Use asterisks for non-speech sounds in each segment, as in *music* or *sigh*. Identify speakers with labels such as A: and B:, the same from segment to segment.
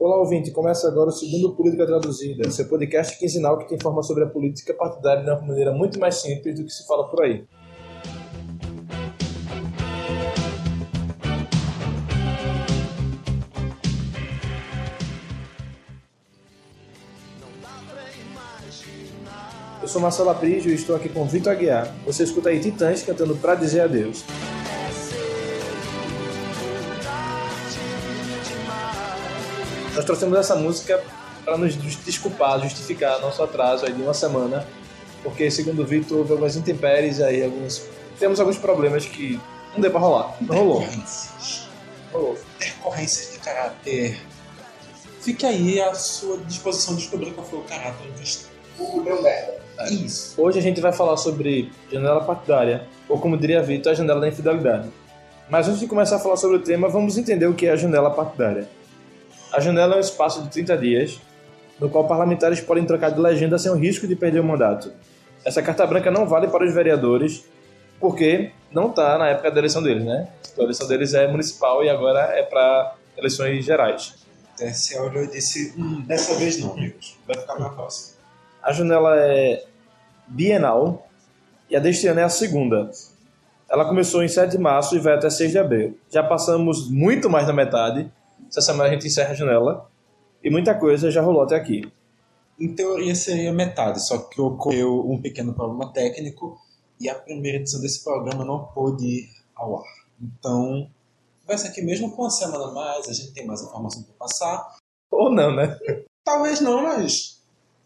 A: Olá, ouvinte. Começa agora o segundo Política Traduzida, seu podcast quinzenal que te informa sobre a política partidária de uma maneira muito mais simples do que se fala por aí. Eu sou Marcelo Aprígio e estou aqui com Vitor Aguiar. Você escuta aí Titãs cantando Pra Dizer Adeus. Nós trouxemos essa música para nos just- desculpar, justificar nosso atraso aí de uma semana, porque segundo o Vitor houve algumas intempéries aí, alguns temos alguns problemas que não deu para rolar. Não rolou.
B: Intercorrências.
A: Rolou.
B: Intercorrências de caráter. Fique aí à sua disposição de descobrir qual foi o caráter investido.
C: Google meu merda.
B: É isso.
A: Hoje a gente vai falar sobre janela partidária, ou como diria Vitor, a janela da infidelidade. Mas antes de começar a falar sobre o tema, vamos entender o que é a janela partidária. A janela é um espaço de 30 dias, no qual parlamentares podem trocar de legenda sem o risco de perder o mandato. Essa carta branca não vale para os vereadores, porque não está na época da eleição deles, né? A eleição deles é municipal e agora é para eleições gerais.
B: Desce a olhou e disse: hum, dessa vez não, amigos. Vai ficar pra próxima.
A: A janela é bienal e a deste ano é a segunda. Ela começou em 7 de março e vai até 6 de abril. Já passamos muito mais da metade. Essa semana a gente encerra a janela e muita coisa já rolou até aqui.
B: Em teoria seria metade, só que ocorreu um pequeno problema técnico e a primeira edição desse programa não pôde ir ao ar. Então, vai ser que mesmo com uma semana a mais, a gente tem mais informação para passar.
A: Ou não, né?
B: Talvez não, mas.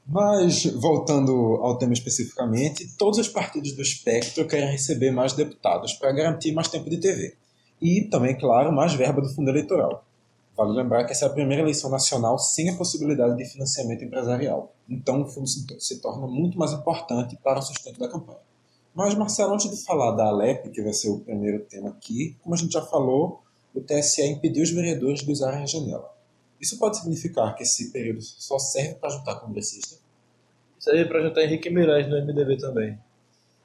B: Mas, voltando ao tema especificamente, todos os partidos do espectro querem receber mais deputados para garantir mais tempo de TV. E também, claro, mais verba do fundo eleitoral. Vale lembrar que essa é a primeira eleição nacional sem a possibilidade de financiamento empresarial. Então, o fundo se to- se torna muito mais importante para o sustento da campanha. Mas, Marcelo, antes de falar da Alep, que vai ser o primeiro tema aqui, como a gente já falou, o TSE impediu os vereadores de usarem a janela. Isso pode significar que esse período só serve para juntar congressista.
A: Isso aí é pra juntar Henrique Mirage no MDB também.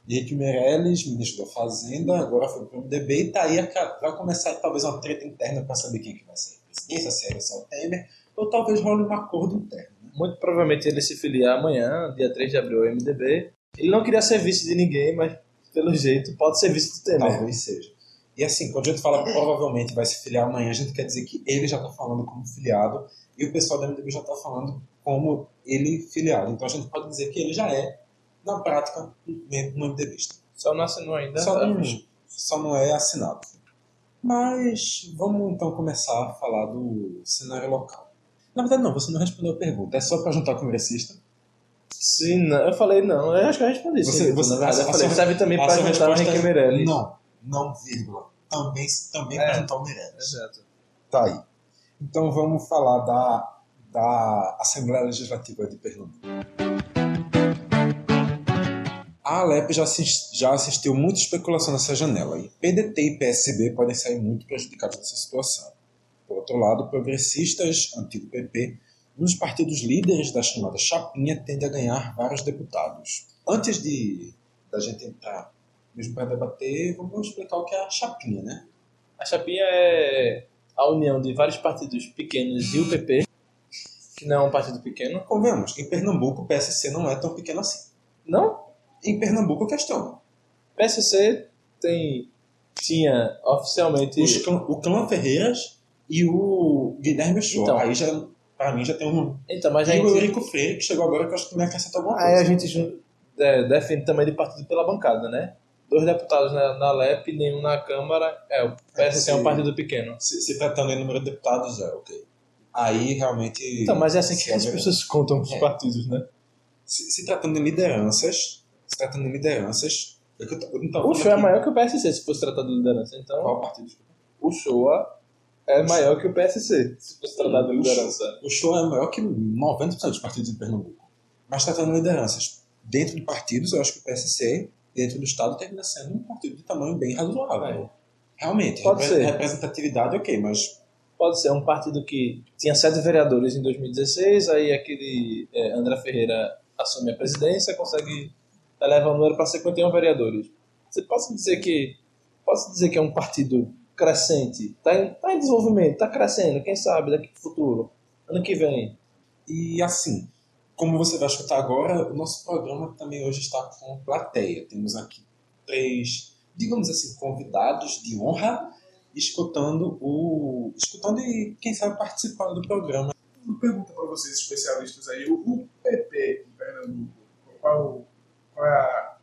B: Henrique Meirelles, ministro da Fazenda, agora foi para o MDB e tá aí a ca- vai começar talvez uma treta interna para saber quem que vai ser presidência, se é eleição Temer, ou talvez role um acordo interno. né?
A: Muito provavelmente ele se filiar amanhã, dia 3 de abril, ao MDB. Ele não queria ser vice de ninguém, mas pelo jeito pode ser vice né? do Temer.
B: Talvez seja. E assim, quando a gente fala provavelmente vai se filiar amanhã, a gente quer dizer que ele já está falando como filiado e o pessoal do MDB já está falando como ele filiado. Então a gente pode dizer que ele já é, na prática, um membro do MDBista.
A: Só não assinou ainda.
B: Só
A: tá?
B: não, Né? É, só não é assinado. Mas vamos então começar a falar do cenário local. Na verdade, não, você não respondeu a pergunta. É só para juntar congressista.
A: Sim, não. Eu falei não. Eu acho que eu respondi.
B: Você-
A: sim, Vitor,
B: você-
A: na verdade.
B: a
A: Eu
B: sua- é
A: falei, serve também para juntar o Henrique Meirelles.
B: Não, não, vírgula. Também, também
A: É.
B: para juntar o Meirelles.
A: Exato.
B: Tá aí. Então vamos falar da, da Assembleia Legislativa de Pernambuco. A Alep já, assis- já assistiu muita especulação nessa janela e PDT e PSB podem sair muito prejudicados nessa situação. Por outro lado, progressistas, antigo PP, um dos partidos líderes da chamada Chapinha tende a ganhar vários deputados. Antes de da gente entrar mesmo para debater, vamos explicar o que é a Chapinha, né?
A: A Chapinha é a união de vários partidos pequenos e o PP, que não é um partido pequeno.
B: Convenhamos, em Pernambuco o PSC não é tão pequeno assim.
A: Não?
B: Em Pernambuco a questão.
A: PSC tem, tinha oficialmente...
B: Os clã- o Clã Ferreiras e o Guilherme Show.
A: Então.
B: Aí já, pra mim, já tem um.
A: Então, mas a
B: E o
A: gente...
B: Eurico Freire, que chegou agora, que eu acho que me acrescenta alguma
A: Aí
B: coisa.
A: a gente jun- é, defende também de partido pela bancada, né? Dois deputados na, na LEP, nenhum na Câmara. É, o PSC é um
B: porque-
A: partido pequeno.
B: se, se tratando em número de deputados, é ok. Aí realmente.
A: Então, mas é assim que
B: Sim, é
A: as
B: verdade.
A: pessoas contam os
B: É.
A: partidos, né?
B: Se, se tratando de lideranças. Se tratando de lideranças. é que eu tô- eu não tava
A: O
B: falando
A: show é
B: aqui
A: maior que o PSC, se fosse tratado de liderança. Então,
B: Qual partido?
A: o show é maior que o PSC, se fosse tratado de liderança.
B: Hum, O show é maior que 90% dos partidos em Pernambuco. Mas tratando de lideranças dentro de partidos, eu acho que o PSC, dentro do Estado, termina sendo um partido de tamanho bem razoável. Realmente,
A: É. Pode
B: repre-
A: ser.
B: representatividade, ok, mas
A: Pode ser um partido que tinha sete vereadores em 2016, aí aquele é, André Ferreira assume a presidência, consegue tá elevar o número para 51 vereadores. Você posso dizer que posso dizer que é um tá partido crescente, está em, tá em desenvolvimento, está crescendo, quem sabe daqui para o futuro. Ano que vem.
B: E assim, como você vai escutar agora, o nosso programa também hoje está com plateia. Temos aqui três, digamos assim, convidados de honra escutando o. escutando e quem sabe participando do programa.
C: Uma pergunta para vocês especialistas aí. O- O PP em Pernambuco, qual, qual é a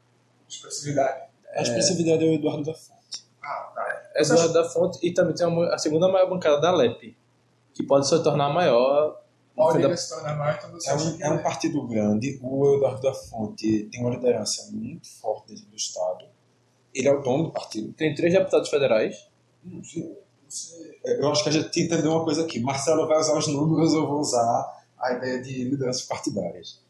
C: expressividade?
B: A expressividade é o Eduardo da Fonte.
C: Ah, tá.
A: Essa é da fonte e também tem a mu- a segunda maior bancada da LEP, que pode se tornar maior. no fim
C: Pode
A: da-
C: ainda se tornar maior, então você
B: É
C: acha
B: um,
C: que
B: é um partido grande. O Eduardo da Fonte tem uma liderança muito forte dentro do Estado. Ele é o dono do partido.
A: Tem três deputados federais.
B: Hum, sim. é, Eu acho que a gente entendeu uma coisa aqui. Marcelo vai usar os números, eu vou usar a ideia de lideranças partidárias.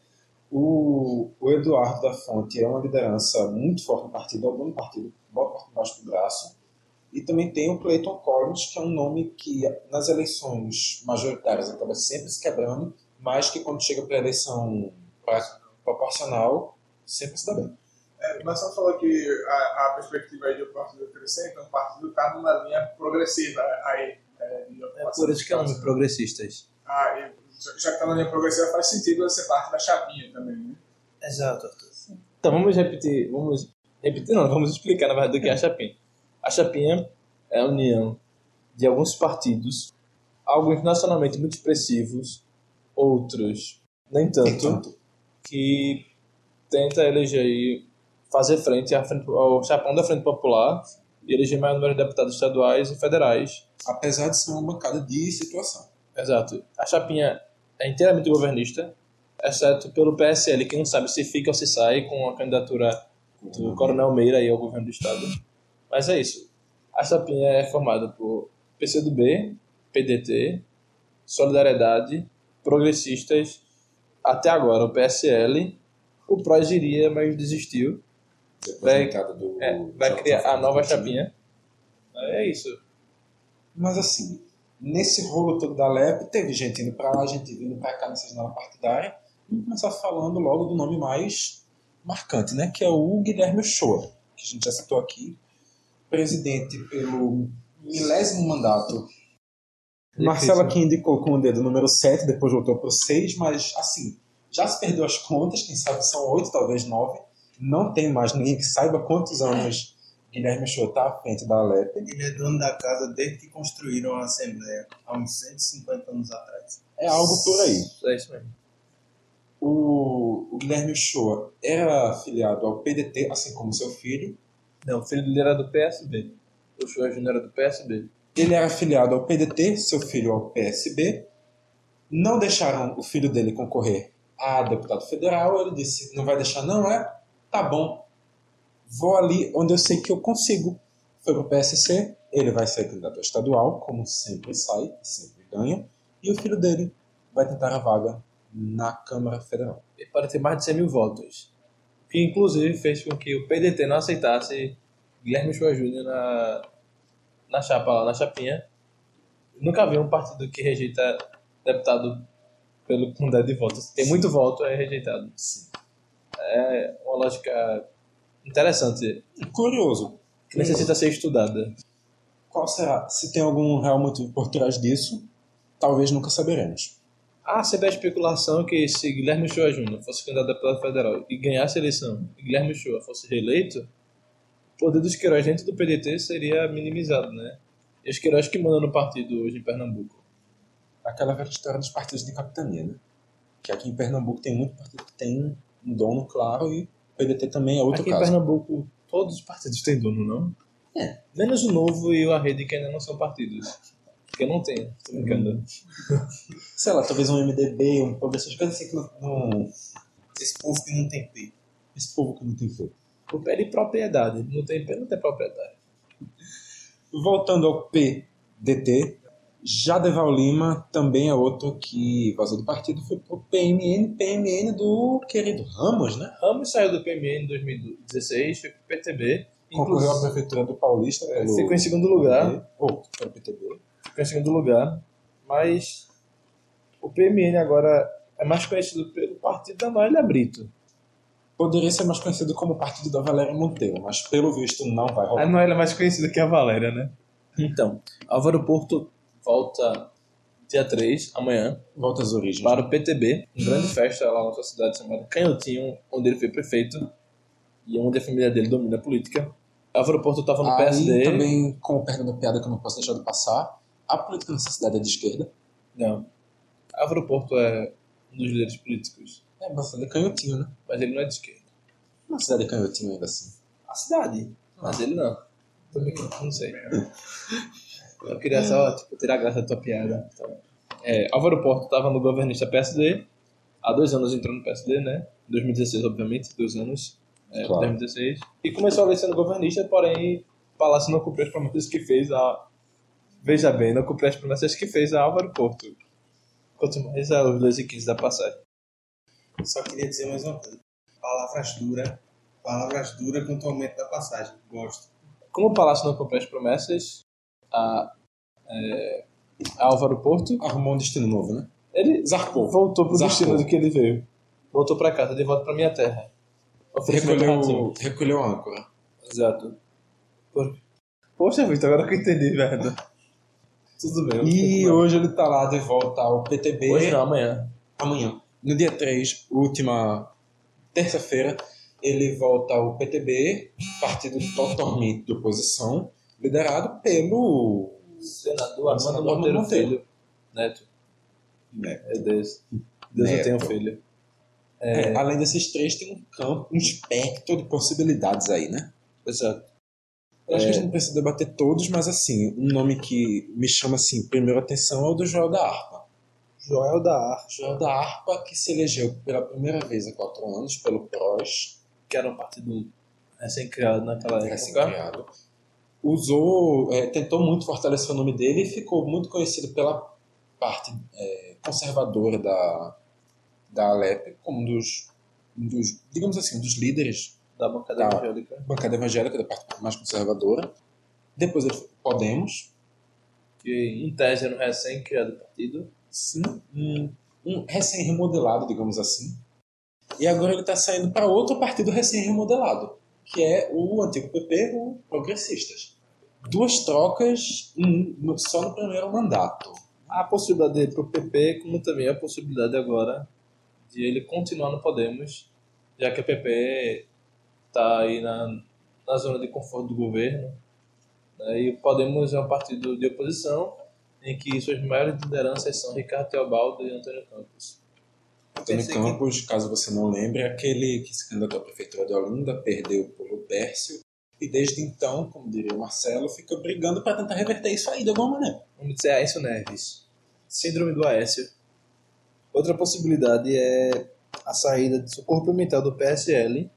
B: O, o Eduardo da Fonte é uma liderança muito forte no partido, é o dono do partido, bota o partido baixo do braço. E também tem o Clayton Collins, que é um nome que nas eleições majoritárias acaba sempre se quebrando, mas que quando chega para a eleição pra- proporcional, sempre se dá bem.
C: É, mas só falou que a, a perspectiva aí de um partido crescer, então o partido está numa linha progressiva aí. É, de
A: É
C: ocupação
A: por isso que é um
C: de
A: nome
C: casa.
A: progressistas.
C: Ah, e já já que está na linha progressiva, faz sentido ela ser parte da chapinha também, né?
A: Exato, Então vamos repetir, vamos repetir não, vamos explicar na verdade o que é a chapinha. A chapinha é a união de alguns partidos, alguns nacionalmente muito expressivos, outros nem tanto,
B: tanto.
A: que tenta eleger aí, fazer frente, à frente ao chapão da Frente Popular e eleger maior número de deputados estaduais e federais.
B: Apesar de ser uma bancada de situação.
A: Exato. A chapinha é inteiramente governista, exceto pelo PSL, que não sabe se fica ou se sai com a candidatura do Coronel Meira aí ao governo do estado. Mas é isso. A chapinha é formada por PCdoB, PDT, Solidariedade, Progressistas, até agora o PSL, o PROS iria, mas desistiu.
B: Depois da
A: Vai-
B: entrada do-
A: É, vai
B: da-
A: criar a
B: da-
A: nova
B: do time.
A: chapinha. É isso.
B: Mas assim, nesse rolo todo da LEP, teve gente indo pra lá, gente vindo pra cá nessa janela partidária. Vamos começar falando logo do nome mais marcante, né? Que é o Guilherme Ochoa, que a gente já citou aqui, presidente pelo milésimo mandato. Marcelo
A: né?
B: aqui indicou com o dedo número 7, depois voltou pro 6, mas assim, já se perdeu as contas, quem sabe são 8, talvez 9. Não tem mais ninguém que saiba quantos anos Guilherme Ochoa está à frente da LEP.
D: Ele é dono da casa desde que construíram a Assembleia, há uns 150 anos atrás.
B: É algo por aí.
A: É isso mesmo.
B: O, o Guilherme Ochoa era filiado ao PDT, assim como seu filho.
A: Não, o filho dele era do PSB. O Shoa Júnior era do PSB.
B: Ele era filiado ao PDT, seu filho ao PSB. Não deixaram o filho dele concorrer a deputado federal. Ele disse: não vai deixar, não é? Tá bom. Vou ali onde eu sei que eu consigo. Foi pro PSC. Ele vai ser candidato a estadual, como sempre sai, sempre ganha. E o filho dele vai tentar a vaga na Câmara Federal.
A: E para ter mais de 100 mil votos. Que inclusive fez com que o PDT não aceitasse Guilherme Shoa Júnior na, na chapa lá, na chapinha. Nunca vi um partido que rejeita deputado pelo quantidade de votos. Se Tem muito voto, é rejeitado. É uma lógica interessante,
B: Curioso,
A: que necessita ser estudada.
B: Qual será? Se tem algum real motivo por trás disso, talvez nunca saberemos.
A: Ah, sempre a especulação que se Guilherme Shoa Júnior fosse candidato a deputado federal e ganhasse a eleição e Guilherme Shoa fosse reeleito, o poder dos Queiroz dentro do PDT seria minimizado, né? E os Queiroz que mandam no partido hoje em Pernambuco.
B: Aquela velha história dos partidos de capitania, né? Que aqui em Pernambuco tem muito partido que tem um dono claro e o PDT também é outro
A: Aqui em
B: caso.
A: Pernambuco, todos os partidos têm dono, não?
B: É.
A: Menos o Novo e o A Rede, que ainda não são partidos. Porque não tem, tô brincando.
B: Sei lá, talvez um MDB, um povo dessas coisas assim que não, não-
D: Esse povo que não tem peito.
B: Esse povo que não tem feito.
A: O pé de propriedade, não tem pé, não tem propriedade.
B: Voltando ao PDT, Jadeval Lima também é outro que vazou do partido, foi pro PMN, PMN do querido Ramos, né?
A: Ramos saiu do PMN em 2016, foi pro PTB.
B: Concorreu à
A: inclusive-
B: prefeitura do Paulista. é, pelo-
A: Ficou em segundo lugar.
B: Ou é pelo PTB.
A: ficou em segundo lugar. Mas o PMN agora é mais conhecido pelo partido da Noelia Brito.
B: Poderia ser mais conhecido como Partido da Valéria Monteiro, mas pelo visto não vai rolar.
A: A Noelia é mais conhecida que a Valéria, né? Então, Álvaro Porto volta dia 3, amanhã,
B: Volta às origens.
A: para o PTB, uma grande festa lá na sua cidade chamada Canhotinho, onde ele foi prefeito e é onde a família dele domina a política. Álvaro Porto estava no
B: Aí,
A: PSD.
B: também, como perna da piada que eu não posso deixar de passar, a política nessa cidade é de esquerda.
A: Não. Álvaro Porto é um dos líderes políticos,
B: É, mas é canhotinho, né?
A: mas ele não é de esquerda.
B: Uma cidade é canhotinho ainda assim.
A: A cidade, mas ele não. Tô brincando, não sei. Eu queria só tipo, tirar a graça da tua piada. Então, é, Álvaro Porto estava no governista PSD, há dois anos entrou no PSD, né? 2016, obviamente, dois anos. É,
B: Claro.
A: 2016. E começou ali sendo governista, porém, Palácio não cumpriu as promessas que fez a. Veja bem, não cumpriu as promessas que fez a Álvaro Porto. Quanto mais aos 2 e 15 da passagem.
D: Só queria dizer mais uma coisa. Palavras duras. Palavras duras quanto ao aumento da passagem. Gosto.
A: Como o Palácio não cumpriu as promessas, a. é, a Álvaro Porto
B: Arrumou um destino novo, né?
A: Ele
B: Zarpou.
A: voltou pro
B: Zarpou.
A: destino do que ele veio. Voltou pra casa, de volta pra minha terra. Oferecimento ratinho.
B: Recolheu, recolheu a âncora.
A: Exato. Por- Poxa, Vitor, agora que eu entendi, velho. Tudo bem. eu
B: E
A: vou continuar.
B: hoje ele tá lá de volta ao PTB.
A: é. Hoje não, amanhã.
B: Amanhã. No dia 3, última terça-feira, ele volta ao PTB, partido totalmente de oposição, liderado pelo.
A: Senador Armando
B: Senador
A: Monteiro,
B: Monteiro.
A: Filho. Neto.
D: Neto.
A: É Deus. Deus eu
B: Neto.
A: tenho um filho.
B: É, além desses três, tem um campo, um espectro de possibilidades aí, né?
A: Exato.
B: Eu acho que
A: É.
B: a gente não precisa debater todos, mas assim, um nome que me chama assim, primeiro a atenção é o do Joel da Harpa.
A: Joel da Ar.
B: Joel da Harpa, que se elegeu pela primeira vez há quatro anos pelo PROS,
A: Que era um partido recém-criado naquela época.
B: recém-criado, né, assim, usou, é, tentou muito fortalecer o nome dele e ficou muito conhecido pela parte é, conservadora da, da Alep, como um dos, um dos, digamos assim, um dos líderes
A: Da bancada
B: Tá.
A: evangélica.
B: bancada evangélica, da parte mais conservadora. Depois ele foi pro Podemos.
A: Que em tese era um recém-criado partido.
B: Sim. Um, um recém-remodelado, digamos assim. E agora ele está saindo para outro partido recém-remodelado, que é o antigo PP, o Progressistas. Duas trocas um, no- só no primeiro mandato.
A: a possibilidade dele pro PP, como também a possibilidade agora de ele continuar no Podemos, já que o PP está aí na, na zona de conforto do governo. né, E o Podemos é um partido de oposição em que suas maiores lideranças são Ricardo Teobaldo e Antônio Campos.
B: Antônio
D: Pensei que-
B: Campos, Então, caso você não lembre, é aquele que se candidatou à prefeitura de Olinda, perdeu pelo Pércio, e desde então, como diria o Marcelo, fica brigando para tentar reverter isso aí de alguma maneira.
A: Vamos dizer ah, Aécio Neves. é, Síndrome do Aécio. Outra possibilidade é a saída de socorro pimentel do PSL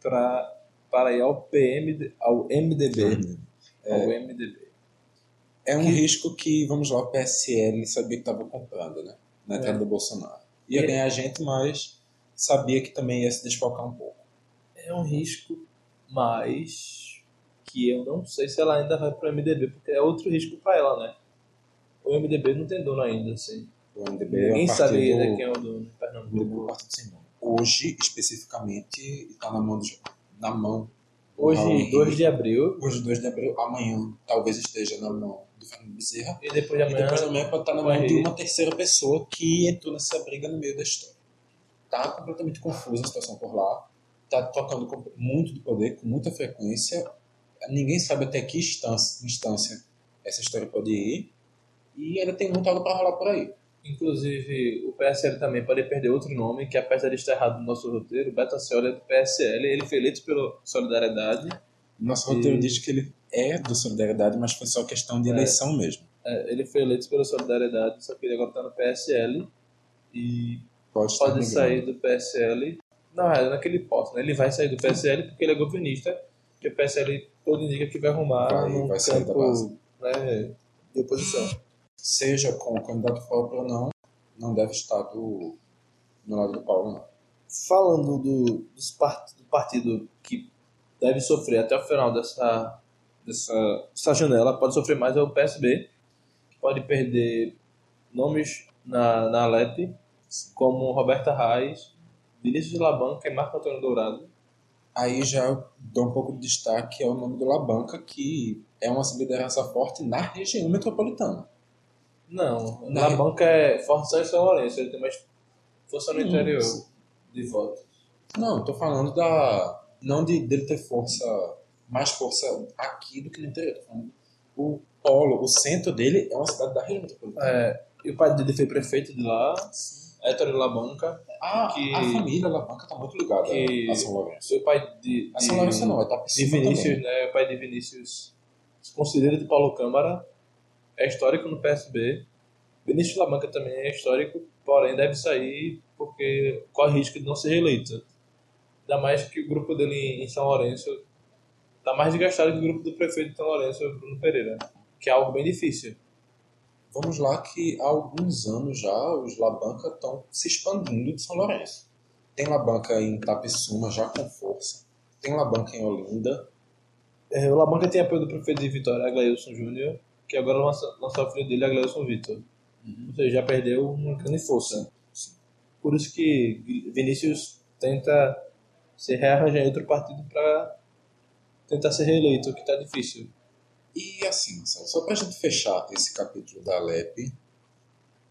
A: pra, para ir ao PMD, ao MDB. Ao MDB.
B: É um risco que, vamos lá, o PSL sabia que estava comprando, né? Na entrada do Bolsonaro. Ia
A: É.
B: ganhar gente, mas sabia que também ia se desfocar um pouco.
A: É um risco, mas que eu não sei se ela ainda vai pro MDB, porque é outro risco para ela, né? O MDB não tem dono ainda, assim.
B: O MDB é um
A: Ninguém
B: partido,
A: sabe ainda quem é o dono em Pernambuco.
B: um partido sem nome. Hoje, especificamente, está na mão do na mão. do Raul
A: Hoje,
B: Henrique.
A: 2 de abril,
B: Hoje, 2 de abril. Amanhã, talvez esteja na mão do Fernando Bezerra.
A: e depois de
B: E depois
A: amanhã,
B: também pode estar na
A: vai
B: mão de
A: rir.
B: uma terceira pessoa que entrou nessa briga no meio da história. Tá completamente confusa a situação por lá. Tá tocando com muito de poder, com muita frequência. Ninguém sabe até que instância, instância essa história pode ir. E ainda tem muito algo para rolar por aí.
A: Inclusive, o PSL também pode perder outro nome, que apesar de estar errado no nosso roteiro, Beto Ciola é do PSL, ele foi eleito pelo Solidariedade.
B: Nosso
A: E-
B: roteiro diz que ele é do Solidariedade, mas foi só questão de
A: É.
B: eleição mesmo.
A: É, ele foi eleito pela Solidariedade, só que ele agora está no PSL. E
B: Pode, estar
A: pode
B: migrando.
A: sair do PSL. Na verdade, naquele posto, né? Ele vai sair do PSL porque ele é governista, que o PSL todo indica que vai arrumar
B: Vai-
A: no
B: vai sair da base.
A: campo né, de oposição.
B: Seja com o candidato próprio ou não, não deve estar do, do lado do Paulo, não.
A: falando do, dos part- do partido que deve sofrer até o final dessa, dessa, dessa janela, pode sofrer mais é o PSB, que pode perder nomes na, na Alep, como Roberta Reis, Vinícius Labanca e Marco Antônio Dourado.
B: Aí já eu dou um pouco de destaque ao nome do Labanca, que é uma liderança forte na região metropolitana.
A: Não,
B: Na
A: na banca é Força e São Lourenço, ele tem mais força no interior de voto.
B: Não, tô falando da. Não de, dele ter força. Mais força aqui do que no interior. Tô falando O polo, o centro dele é uma cidade da região metropolitana.
A: É, e o pai dele foi prefeito de lá, Héctor Labanca.
B: A,
A: que-
B: a família Alavanca tá muito ligada
A: que-
B: a São Lourenço.
A: Seu pai de.
B: A São
A: de-
B: Lourenço não, é
A: de
B: Tapicima
A: Vinícius,
B: também.
A: né? O pai de Vinícius, conselheiro de Paulo Câmara, é histórico no PSB. Vinícius Lamanca também é histórico, porém deve sair porque corre risco de não ser reeleito. Ainda mais que o grupo dele em São Lourenço está mais desgastado que o grupo do prefeito de São Lourenço, Bruno Pereira, que é algo bem difícil.
B: Vamos lá que há alguns anos já os Labanca estão se expandindo de São Lourenço. Tem Labanca em Tapicuma já com força. Tem Labanca em Olinda.
A: É, o Lamanca tem apoio do prefeito de Vitória, Aglailson Júnior, que agora lança- lançou o filho dele, Aglailson Vitor. Ou seja, já perdeu uma grande força. Por isso que Vi- Vinícius tenta se rearranjar em outro partido para tentar ser reeleito, o que está difícil.
B: E assim, só- só para a gente fechar esse capítulo da Alep,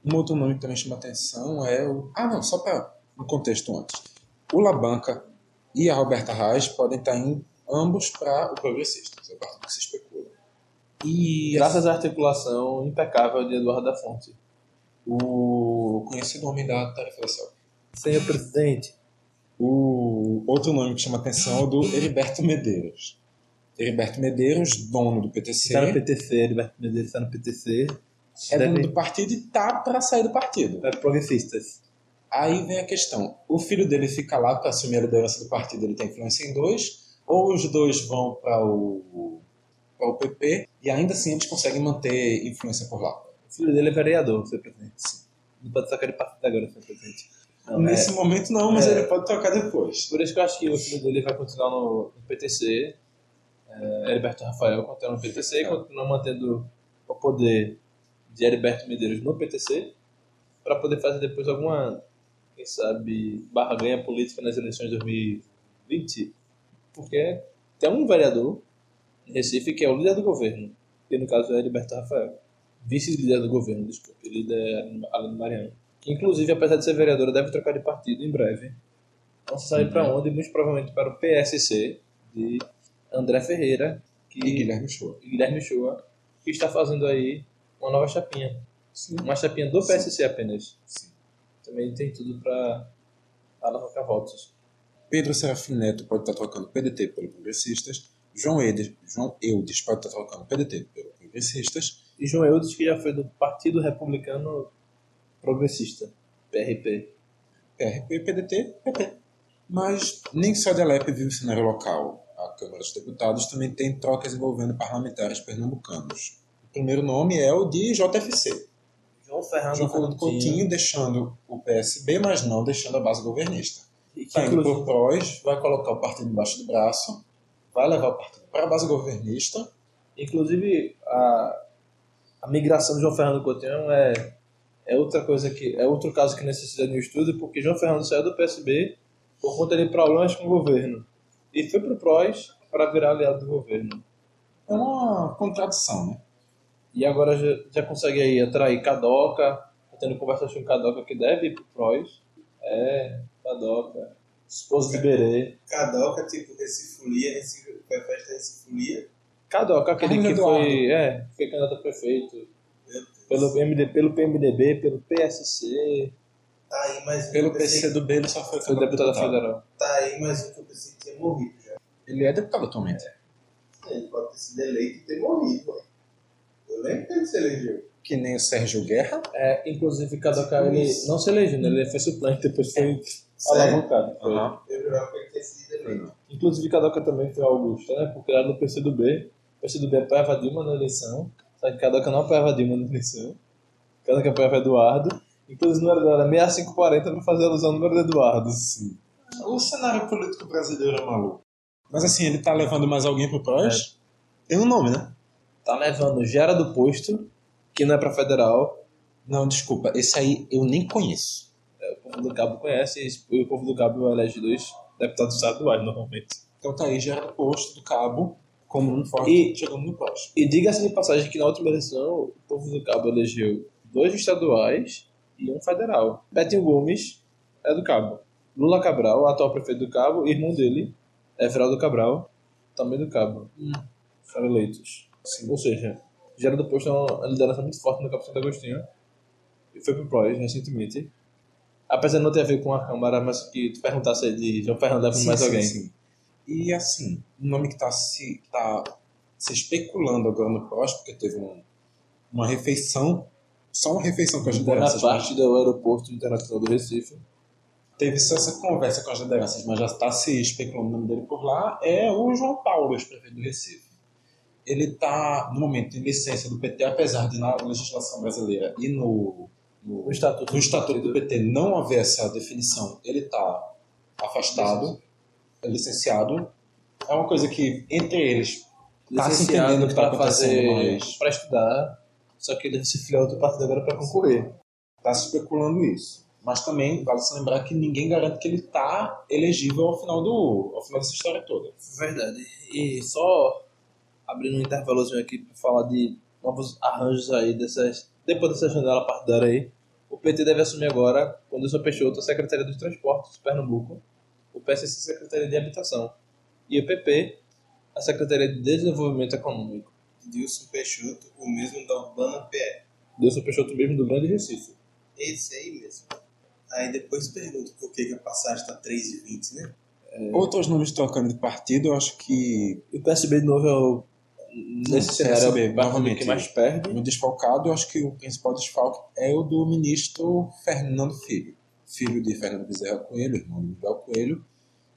B: um outro nome que também chama atenção é o. Ah, não, só para um contexto antes. O Labanca e a Roberta Reis podem estar indo ambos para o Progressistas, é o partido que se especula. E
A: Graças à articulação impecável de Eduardo da Fonte.
B: o conhecido homem da tarefa da selva.
A: Senhor presidente,
B: O outro nome que chama atenção é o do Heriberto Medeiros. Heriberto Medeiros, dono do PTC,
A: está Tá no PTC, Heriberto Medeiros está tá no PTC.
B: é dono
A: Deve-
B: do partido e tá para sair do partido.
A: é progressistas.
B: Aí vem a questão: o filho dele fica lá para assumir a liderança do partido, ele tem influência em dois, ou os dois vão para o, pra o PP e ainda assim eles conseguem manter influência por lá.
A: O filho dele é vereador, senhor presidente. Não pode sacar ele partido agora, senhor presidente. Não, é-
B: Nesse momento não, mas
A: é.
B: ele pode tocar depois.
A: Por isso que eu acho que o filho dele vai continuar no, no PTC. É, Heriberto Rafael continua no PTC,
B: É.
A: continua mantendo o poder de Heriberto Medeiros no PTC, para poder fazer depois alguma, quem sabe, barganha política nas eleições de 2020. Porque tem um vereador em Recife que é o líder do governo, que no caso é Heriberto Rafael. Vice-líder do governo, desculpe, líder Aline Mariano. Que, inclusive, apesar de ser vereadora, deve trocar de partido em breve. Não se sabe para onde, muito provavelmente para o PSC de André Ferreira que,
B: E Guilherme Show.
A: e Guilherme Shoa, que está fazendo aí uma nova chapinha. Uma chapinha do PSC apenas.
B: Sim.
A: Também tem tudo para alavancar votos.
B: Pedro Serafim Neto pode estar trocando PDT pelo Progressistas. João Eudes, João Eudes pode estar trocando PDT pelo Progressistas.
A: E João Eudes, que já foi do Partido Republicano Progressista, PRP.
B: PRP, PDT, PP. Mas nem só de Alep vive o cenário local. A Câmara dos Deputados também tem trocas envolvendo parlamentares pernambucanos. O primeiro nome é o de JFC.
A: João Fernando
B: João Fernando Coutinho deixando o PSB, mas não deixando a base governista.
A: E que,
B: Está indo
A: Tá, inclusive,
B: por prós, vai colocar o partido embaixo do braço, vai levar o partido para a base governista.
A: Inclusive, a, a migração de João Fernando Coutinho é, é outra coisa que é outro caso que necessita de um estudo, porque João Fernando saiu do PSB por conta de problemas com o governo e foi pro PROS para virar aliado do governo.
B: É uma contradição, né?
A: E agora já, já consegue aí atrair Cadoca, tá tendo conversas com Cadoca que deve ir pro PROS. É, Cadoca, esposa de Berê.
D: Cadoca, tipo, Recifolia, Recife, foi a festa Recifolia.
A: Cadoca, aquele
B: Carlinho
A: que
B: Eduardo.
A: foi, é, foi candidato a prefeito pelo, MD, pelo PMDB, pelo PSC,
D: Tá aí mais um. que
B: Pelo
D: eu pensei-
B: PCdoB ele só foi
A: Foi
B: deputado
A: deputada federal.
D: Tá aí mais um que eu pensei que tinha morrido já.
B: Ele é deputado atualmente.
D: Ele pode ter sido eleito e ter morrido, ué. Eu lembro que ele se elegeu.
B: Que nem o Sérgio Guerra.
A: É, inclusive, Kadoka, ele
D: Isso.
A: não se elegeu, né? ele foi suplente, depois foi alavancado. foi.
D: Eu jurava que ele tinha sido eleito.
A: Inclusive, Kadoka também foi Augusta, né? Porque era do PCdoB. O PCdoB apoiava Dilma na eleição, só que Kadoka não é apoiava Dilma na eleição. é Kadoka apoiava Eduardo. Inclusive, o número dela era 6540 pra fazer alusão ao número do Eduardo. Sim.
B: O cenário político brasileiro é maluco. Mas assim, ele tá levando mais alguém pro prós? Tem um nome, né?
A: Tá levando Gera do Posto, que não é pra federal.
B: Não, desculpa, esse aí eu nem conheço.
A: É, O povo do Cabo conhece, e o povo do Cabo elege dois deputados estaduais, normalmente.
B: Então tá aí, já era do posto do cabo, como um forte,
A: E-
B: chegando no prós.
A: E diga-se de passagem que na última eleição o povo do Cabo elegeu dois estaduais e um federal. Betinho Gomes é do Cabo. Lula Cabral, atual prefeito do Cabo, irmão dele, Everaldo Cabral, também do Cabo.
B: Hum.
A: Foram eleitos. Ou seja, Geraldo Posto é uma liderança muito forte no Cabo Santo Agostinho. E foi pro PROS recentemente. Apesar de não ter a ver com a Câmara, mas que tu perguntasse aí de João Fernando é pra mais alguém.
B: sim. E assim, um nome que está se, tá se especulando agora no PROS, porque teve um- uma refeição, só uma refeição com as lideranças, né? mas
A: Bonaparte né? do Aeroporto Internacional do Recife.
B: teve só essa conversa com as lideranças, mas já está se especulando o nome dele por lá, é o João Paulo, ex-prefeito do Recife. Ele está, no momento, em licença do PT, apesar de na legislação brasileira e no, no
A: O estatuto
B: no estatuto do PT não haver essa definição, ele está afastado, é licenciado. É uma coisa que entre eles tá se
A: licenciado
B: entendendo o que está
A: pra
B: acontecendo,
A: fazer-
B: mas
A: pra estudar, só que ele se filiou a outro partido agora pra concorrer.
B: está tá se especulando isso. Mas também vale se lembrar que ninguém garante que ele está elegível ao final do ao final dessa história toda.
A: Verdade. E só abrindo um intervalozinho aqui pra falar de novos arranjos aí dessas. Depois dessa janela partidária aí, o PT deve assumir agora, quando o Peixoto, a Secretaria dos Transportes de Pernambuco, o PSC, a Secretaria de Habitação, e o PP, a Secretaria de Desenvolvimento Econômico.
D: Dilson Peixoto, o mesmo da Urbana PE.
A: Dilson Peixoto mesmo do Grande Recife.
D: Esse aí mesmo. Aí depois pergunta por que, que a passagem tá 3,20, né?
B: Outros nomes trocando de partido, eu acho que
A: E o PSB de novo é o. Nesse
B: Sim,
A: cenário, é o
B: PSB,
A: partido
B: novamente.
A: que mais perde.
B: no desfalcado, eu acho que o principal desfalque é o do ministro Fernando Filho, filho de Fernando Bezerra Coelho, irmão de Miguel Coelho,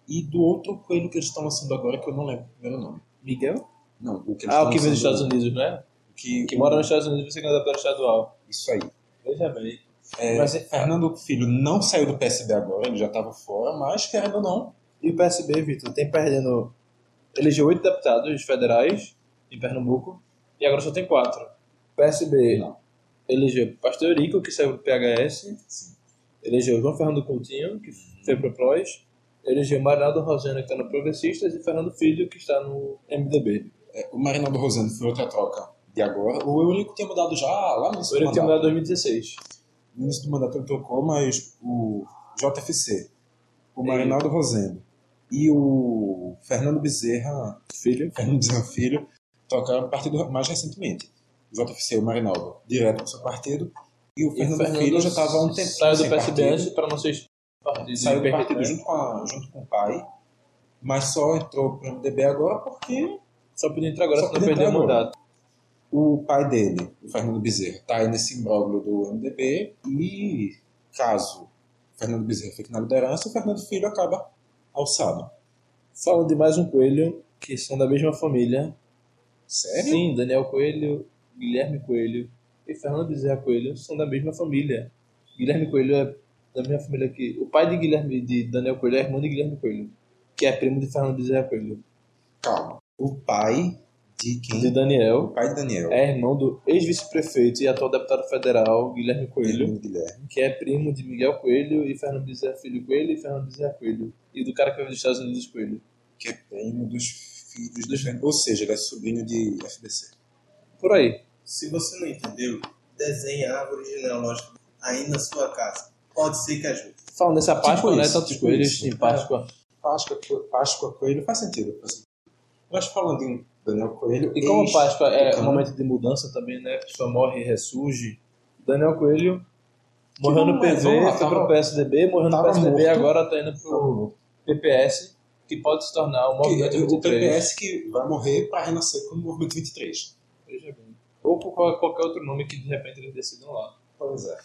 B: e do outro coelho que eles estão lançando agora, que eu não lembro o primeiro nome.
A: Miguel?
B: Não, o que eles
A: Ah,
B: estão
A: o que vem dos
B: lançando-
A: Estados Unidos, né?
B: Que,
A: Que mora nos Estados Unidos e você é deputado estadual.
B: Isso aí.
A: Veja bem.
B: É,
A: Mas,
B: Fernando Filho não saiu do PSB agora, ele já estava fora, mas querendo ou não,
A: E o PSB, Vitor, tem perdendo. Elegeu oito deputados federais em Pernambuco e agora só tem quatro. O PSB
B: Não.
A: elegeu Pastor Rico, que saiu do PHS. Elegeu João Fernando Coutinho, que foi pro PROS. Elegeu Marinaldo Rosena, que está no Progressistas. E Fernando Filho, que está no MDB.
B: é, o Marinaldo Rosendo foi outra troca de agora. O Eurico tinha mudado já lá no início
A: O
B: do
A: Ele tem
B: mandato.
A: mudado em 2016.
B: No início do mandato ele trocou, mas o JFC, o
A: Ei.
B: Marinaldo Rosendo e o Fernando Bezerra,
A: Filho.
B: Fernando Bezerra Filho, *laughs* tocaram partido mais recentemente. O JFC e o Marinaldo, direto para o seu partido. E o
A: E
B: Fernando, Filho já estava há um tempo
A: Saiu do
B: sem
A: PSB
B: partido.
A: antes para não ser partido.
B: saiu do
A: PRT,
B: partido
A: né?
B: junto com, a- junto com o pai, mas só entrou pro MDB agora porque
A: Só podia entrar agora
B: Só
A: se não
B: podia entrar
A: perder o
B: agora.
A: mandato.
B: o pai dele, o Fernando Bezerra, está aí nesse imbróglio do MDB e caso o Fernando Bezerra fique na liderança, o Fernando Filho acaba alçado.
A: Falando de mais um coelho, que são da mesma família.
B: Sério?
A: Sim, Daniel Coelho, Guilherme Coelho e Fernando Bezerra Coelho são da mesma família. Guilherme Coelho é da mesma família que. O pai de Guilherme de Daniel Coelho é irmão de Guilherme Coelho, que é primo de Fernando Bezerra Coelho.
B: Calma. O pai de quem?
A: De Daniel
B: O pai de Daniel.
A: é irmão do ex-vice-prefeito e atual deputado federal Guilherme Coelho,
B: Fernando Guilherme.
A: que é primo de Miguel Coelho e Fernando Bezerra é Filho Coelho e Fernando Bezerra é Coelho. E do cara que veio dos Estados Unidos Coelho.
B: Que é primo dos filhos do Fernando. Ou seja, ele é sobrinho de FBC.
A: Por aí.
D: Se você não entendeu, desenhe a árvore genealógica aí na sua casa. Pode ser que ajude.
A: Falando nessa Páscoa, né?
B: isso,
A: Tantos
B: tipo
A: coelhos
B: isso.
A: em Páscoa.
B: Páscoa, Co- Páscoa Coelho faz sentido. faz sentido. Mas falando em Daniel Coelho.
A: E como a
B: ex-
A: Páscoa é um
B: Então,
A: momento de mudança também, né? A pessoa morre e ressurge. Daniel Coelho morreu
B: não
A: no
B: é,
A: PV,
B: vamos lá,
A: foi
B: tava-
A: pro PSDB, morreu no
B: tava
A: PSDB
B: morto.
A: agora tá indo pro PPS, que pode se tornar o Movimento
B: Que- é, o
A: 23.
B: PPS que vai morrer para renascer como Movimento 23.
A: Veja bem. Ou por qual- qualquer outro nome que de repente eles decidam lá.
B: Pois é.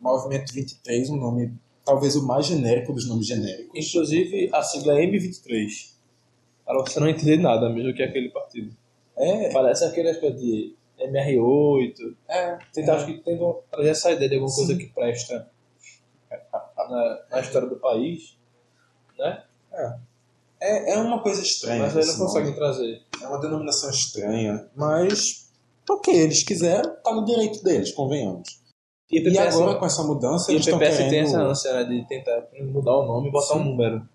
B: Movimento 23, um nome talvez o mais genérico dos nomes genéricos.
A: Inclusive a sigla é M23. Para você não entender nada mesmo que é aquele partido.
B: É,
A: Parece aquele acho que é de MR8.
B: é.
A: Tentar, acho que tentam trazer essa ideia de alguma coisa que presta na, na história do país, né?
B: É, é uma coisa estranha.
A: Mas aí não
B: esse nome.
A: conseguem trazer.
B: É uma denominação estranha. Mas, ok, eles quiseram, tá no direito deles, convenhamos.
A: E o
B: E
A: PPS,
B: agora com essa mudança,
A: e o
B: eles estão
A: PPS
B: querendo...
A: tem essa ânsia né, de tentar mudar o nome e botar um número.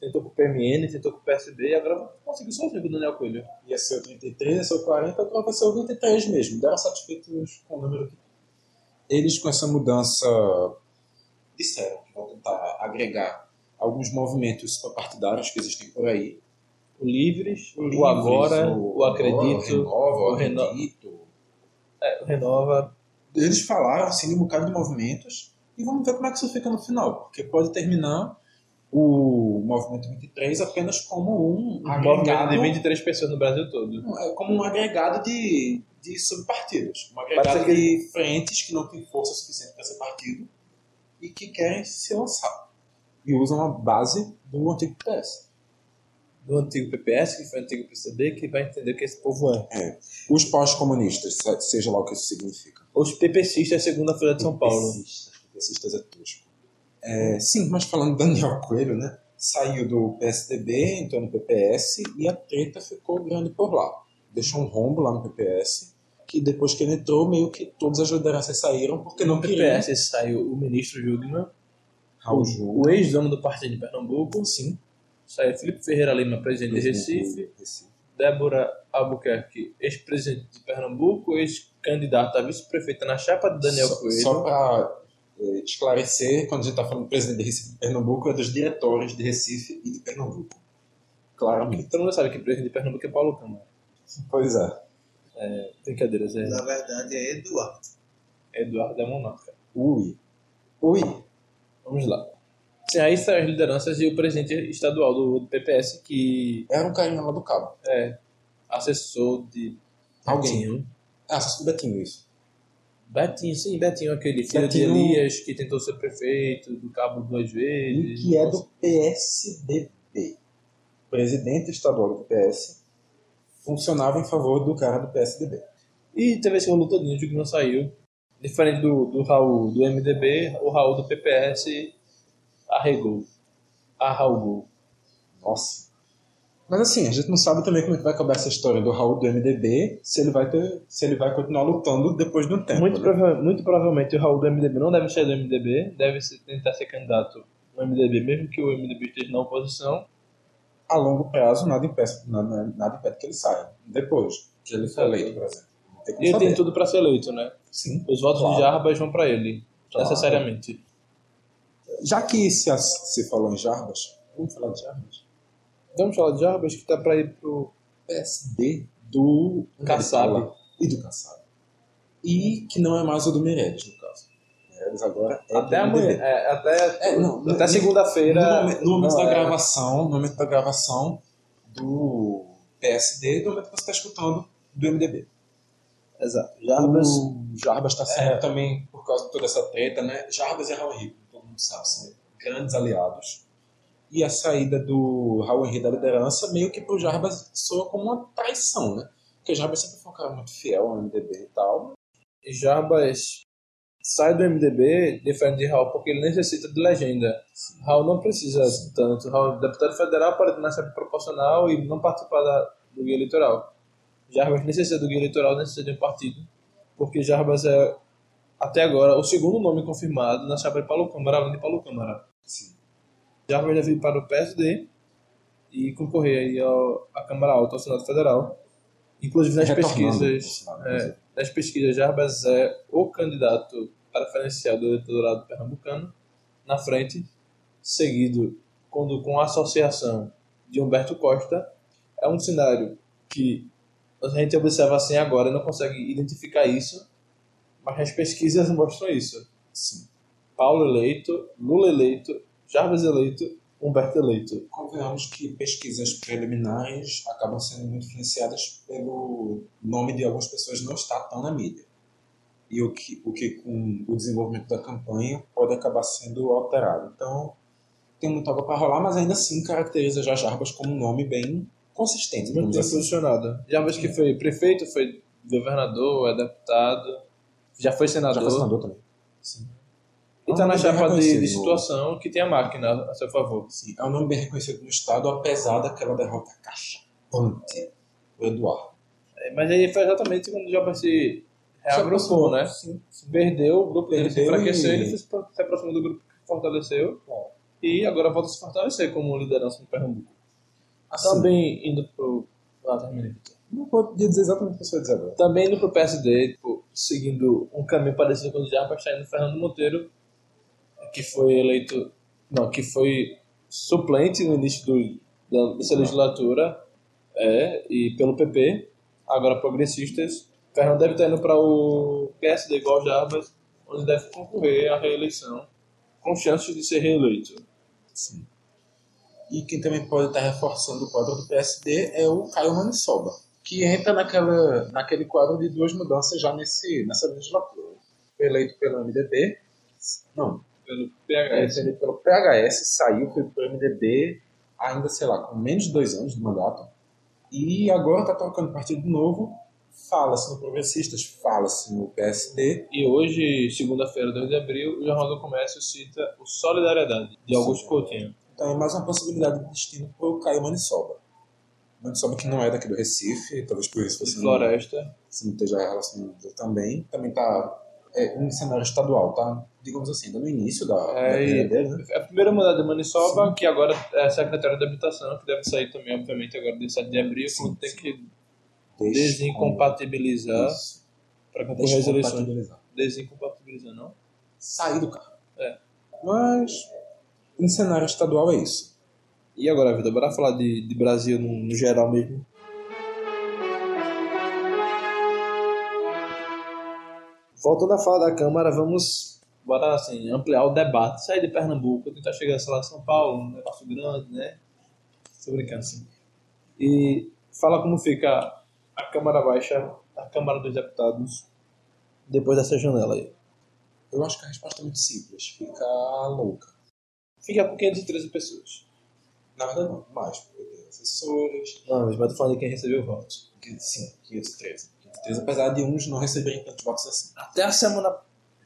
A: Tentou com o PMN, tentou com o PSB e agora conseguiu sozinho com o Daniel Coelho.
B: Ia ser é o 33, ia ser o 40, agora vai ser o 23 mesmo. Deram satisfeitos com o número que Eles, com essa mudança, disseram que vão tentar agregar alguns movimentos partidários que existem por aí.
A: O Livres, o,
B: Livres,
A: Agora,
B: o
A: o,
B: Agora,
A: Acredito,
B: Renova, o
A: o Reno-
B: Acredito.
A: é, o Renova.
B: Eles falaram assim de um bocado de movimentos e vamos ver como é que isso fica no final, porque pode terminar o movimento 23 apenas como um
A: Um movimento
B: agregado-
A: de 23 pessoas no Brasil todo.
B: é como um agregado de, de subpartidos. Um
A: Parece
B: agregado de frentes que não tem força suficiente para ser partido e que querem se lançar. E usam a base do antigo PS.
A: Do antigo PPS, que foi o antigo PCB, que vai entender o que esse povo é.
B: Os pós-comunistas, se- seja lá o que isso significa.
A: Os PPCistas, segundo a Folha de São Paulo.
B: Progressistas, progressistas é tosco. É, sim, mas falando do Daniel Coelho, né? Saiu do PSDB, entrou no PPS e a treta ficou grande por lá. Deixou um rombo lá no PPS, que depois que ele entrou, meio que todas as lideranças saíram porque não
A: No
B: queriam.
A: PPS saiu o ministro Jugman,
B: Raul
A: o ex-dono do Partido de Pernambuco, sim. Saiu Felipe Ferreira Lima, presidente de
B: Uhum.
A: Recife. Débora Albuquerque, ex-presidente de Pernambuco, ex-candidata a vice-prefeita na chapa de Daniel
B: só,
A: Coelho.
B: Só para esclarecer, quando a gente está falando do presidente de Recife e Pernambuco, é dos diretores de Recife e de Pernambuco. Claramente.
A: Todo mundo sabe que o presidente de Pernambuco é Paulo Câmara.
B: Pois é.
A: Brincadeiras, é
D: Na verdade é Eduardo.
A: Eduardo da Monarca.
B: Ui. Ui.
A: Vamos lá. Sim, aí são as lideranças e o presidente estadual do, do PPS, que
B: Era um carinha lá do cabo.
A: é assessor de
B: Alguém.
A: Betinho.
B: Ah, só Betinho, isso.
A: Betinho, sim, Betinho, aquele filho
B: Betinho-
A: de Elias, que tentou ser prefeito do Cabo duas
B: E
A: vezes.
B: que é do PSDB. Presidente estadual do PS. Funcionava em favor do cara do PSDB.
A: E teve esse rolo todinho, o Digno saiu. Diferente do, do Raul do MDB, o Raul do PPS arregou. Arraugou.
B: Nossa. Mas assim, a gente não sabe também como é que vai acabar essa história do Raul do MDB, se ele vai, ter, se ele vai continuar lutando depois de um tempo.
A: Muito,
B: né?
A: prova- muito provavelmente o Raul do MDB não deve sair do MDB, deve se- tentar ser candidato no MDB, mesmo que o MDB esteja na oposição.
B: a longo prazo nada impede, nada, nada impede que ele saia. Depois que ele for
A: Certo.
B: eleito, por exemplo. Não tem como
A: E ele tem
B: saber.
A: tudo para ser eleito, né?
B: Sim.
A: Os votos
B: Claro.
A: de Jarbas vão para ele,
B: Claro.
A: necessariamente.
B: Já que se, as- se falou em Jarbas, vamos falar de Jarbas?
A: Vamos falar de Jarbas, que tá para ir pro
B: PSD do
A: Kassab.
B: E do Kassab. E que não é mais o do Meirelles, no caso. Meirelles agora é
A: até
B: do MDB.
A: amanhã. É, até
B: É, não,
A: até segunda-feira.
B: No momento, no momento
A: Não,
B: da
A: é.
B: gravação, no momento da gravação do PSD, no é momento que você está escutando do MDB.
A: Exato.
B: Jarbas,
A: Jarbas.
B: Jarbas está sendo É, também, por causa de toda essa treta, né? Jarbas e Raul Henrique, todo mundo sabe, são grandes aliados. E a saída do Raul Henrique da liderança, meio que pro Jarbas, soa como uma traição, né? Porque o Jarbas sempre foi um cara muito fiel ao MDB e tal.
A: Jarbas sai do MDB, diferente de Raul, porque ele necessita de legenda. Raul não precisa tanto. Raul é deputado federal para ter na chapa proporcional e não participar da- do guia eleitoral. Jarbas necessita do guia eleitoral, necessita de um partido, porque Jarbas é, até agora, o segundo nome confirmado na chapa de Paulo Câmara, além de Paulo Câmara. Jarbas deve ir para o PSD e concorrer aí ao, à Câmara Alta, ao Senado Federal. Inclusive nas
B: Retornando
A: pesquisas,
B: ao Senado,
A: é,
B: inclusive.
A: nas pesquisas, Jarbas é o candidato para financiar do eleitorado pernambucano na frente, seguido quando com a associação de Humberto Costa. É um cenário que a gente observa assim agora e não consegue identificar isso, mas as pesquisas mostram isso. Paulo eleito, Lula eleito, Jarbas eleito, Humberto eleito.
B: Convenhamos que pesquisas preliminares acabam sendo muito influenciadas pelo nome de algumas pessoas não estar tão na mídia. E o que, o que com o desenvolvimento da campanha pode acabar sendo alterado. Então, tem muita água para rolar, mas ainda assim caracteriza já Jarbas como um nome bem consistente.
A: Muito
B: Vamos
A: bem
B: dizer assim.
A: posicionado. Jarbas que foi prefeito, foi governador, é deputado, já foi senador.
B: Já foi senador também.
A: E tá
B: Ah,
A: na
B: bem
A: chapa de,
B: reconhecido.
A: de situação que tem a máquina a seu favor.
B: Sim, é um nome bem reconhecido no Estado, apesar daquela derrota cachapante do Eduardo.
A: É, Mas aí foi exatamente quando o Jarbas se reagrupou,
B: aproximou,
A: né?
B: Sim,
A: Perdeu, o grupo dele se
B: Perdeu
A: enfraqueceu,
B: e-
A: ele se pro- se aproximou do grupo que fortaleceu. E agora volta a se fortalecer como liderança no Pernambuco.
B: Assim,
A: Também indo pro. Ah, terminei.
B: Não podia dizer exatamente o que você vai dizer agora.
A: Também indo pro PSD, tipo, seguindo um caminho parecido com o de Jarbas, está indo Fernando Monteiro, que foi eleito, não, que foi suplente no início do, da, dessa legislatura, é, e pelo PP, agora progressistas. Fernando deve estar indo para o PSD igual Jarbas, onde deve concorrer à reeleição, com chances de ser reeleito.
B: Sim. E quem também pode estar reforçando o quadro do PSD é o Caio Manissoba, que entra naquela, naquele quadro de duas mudanças já nesse, nessa legislatura. Foi eleito pelo MDB, não,
A: Pelo
B: é,
A: PHS.
B: foi eleito pelo PHS, saiu, foi pro MDB, ainda, sei lá, com menos de dois anos de mandato, e agora está trocando partido novo, fala-se no Progressistas, fala-se no PSD,
A: E hoje, segunda-feira, 2 de abril, o Jornal do Comércio cita o Solidariedade, de Augusto Coutinho.
B: Então é mais uma possibilidade de destino para o Caio Manissoba. Manissoba que não é daqui do Recife, talvez por isso
A: De
B: você não,
A: Floresta.
B: você não esteja relacionado também. Também está é, um cenário estadual, tá? Digamos assim, ainda no início da, da
A: É, e-
B: primeira né?
A: É a primeira mudada de Maniçoba, que agora é secretário da Habitação, que deve sair também, obviamente, agora de 7 de abril,
B: Sim,
A: quando tem
B: sim.
A: que
B: Descompatibilizar.
A: desincompatibilizar
B: Isso.
A: para concorrer às eleições.
B: Descompatibilizar.
A: Desincompatibilizar, não?
B: Sair do carro.
A: É.
B: Mas, em cenário estadual é isso.
A: E agora, Vitor, bora falar de, de Brasil no, no geral mesmo. Voltando a falar da Câmara, vamos bora, assim, ampliar o debate. Sair de Pernambuco, tentar chegar, sei lá, São Paulo, um negócio grande, né? Tô brincando, assim. E fala como fica a Câmara Baixa, a Câmara dos Deputados, depois dessa janela aí.
B: Eu acho que a resposta é muito simples. Fica louca.
A: Fica com 513 pessoas.
B: Na verdade, não. Mais, porque tem assessores,
A: Não, mas eu tô falando de quem recebeu votos.
B: Que- Sim, 513. 513, apesar de uns não receberem tantos votos assim.
A: até a semana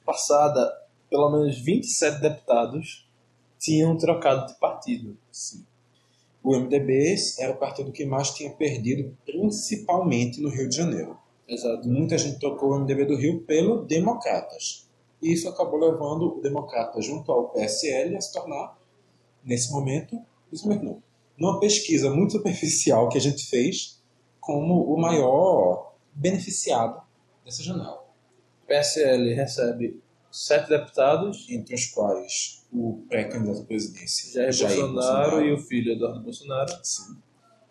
A: passada, pelo menos 27 deputados tinham trocado de partido.
B: O MDB era o partido que mais tinha perdido, principalmente no Rio de Janeiro.
A: Exato.
B: Muita gente trocou o MDB do Rio pelo Democratas. E isso acabou levando o Democrata junto ao PSL a se tornar, nesse momento, nesse momento não, numa pesquisa muito *laughs* superficial que a gente fez, como o maior beneficiado dessa janela.
A: O PSL recebe sete deputados,
B: entre os quais o pré-candidato à presidência
A: Jair, Bolsonaro, e o filho Eduardo Bolsonaro.
B: Sim.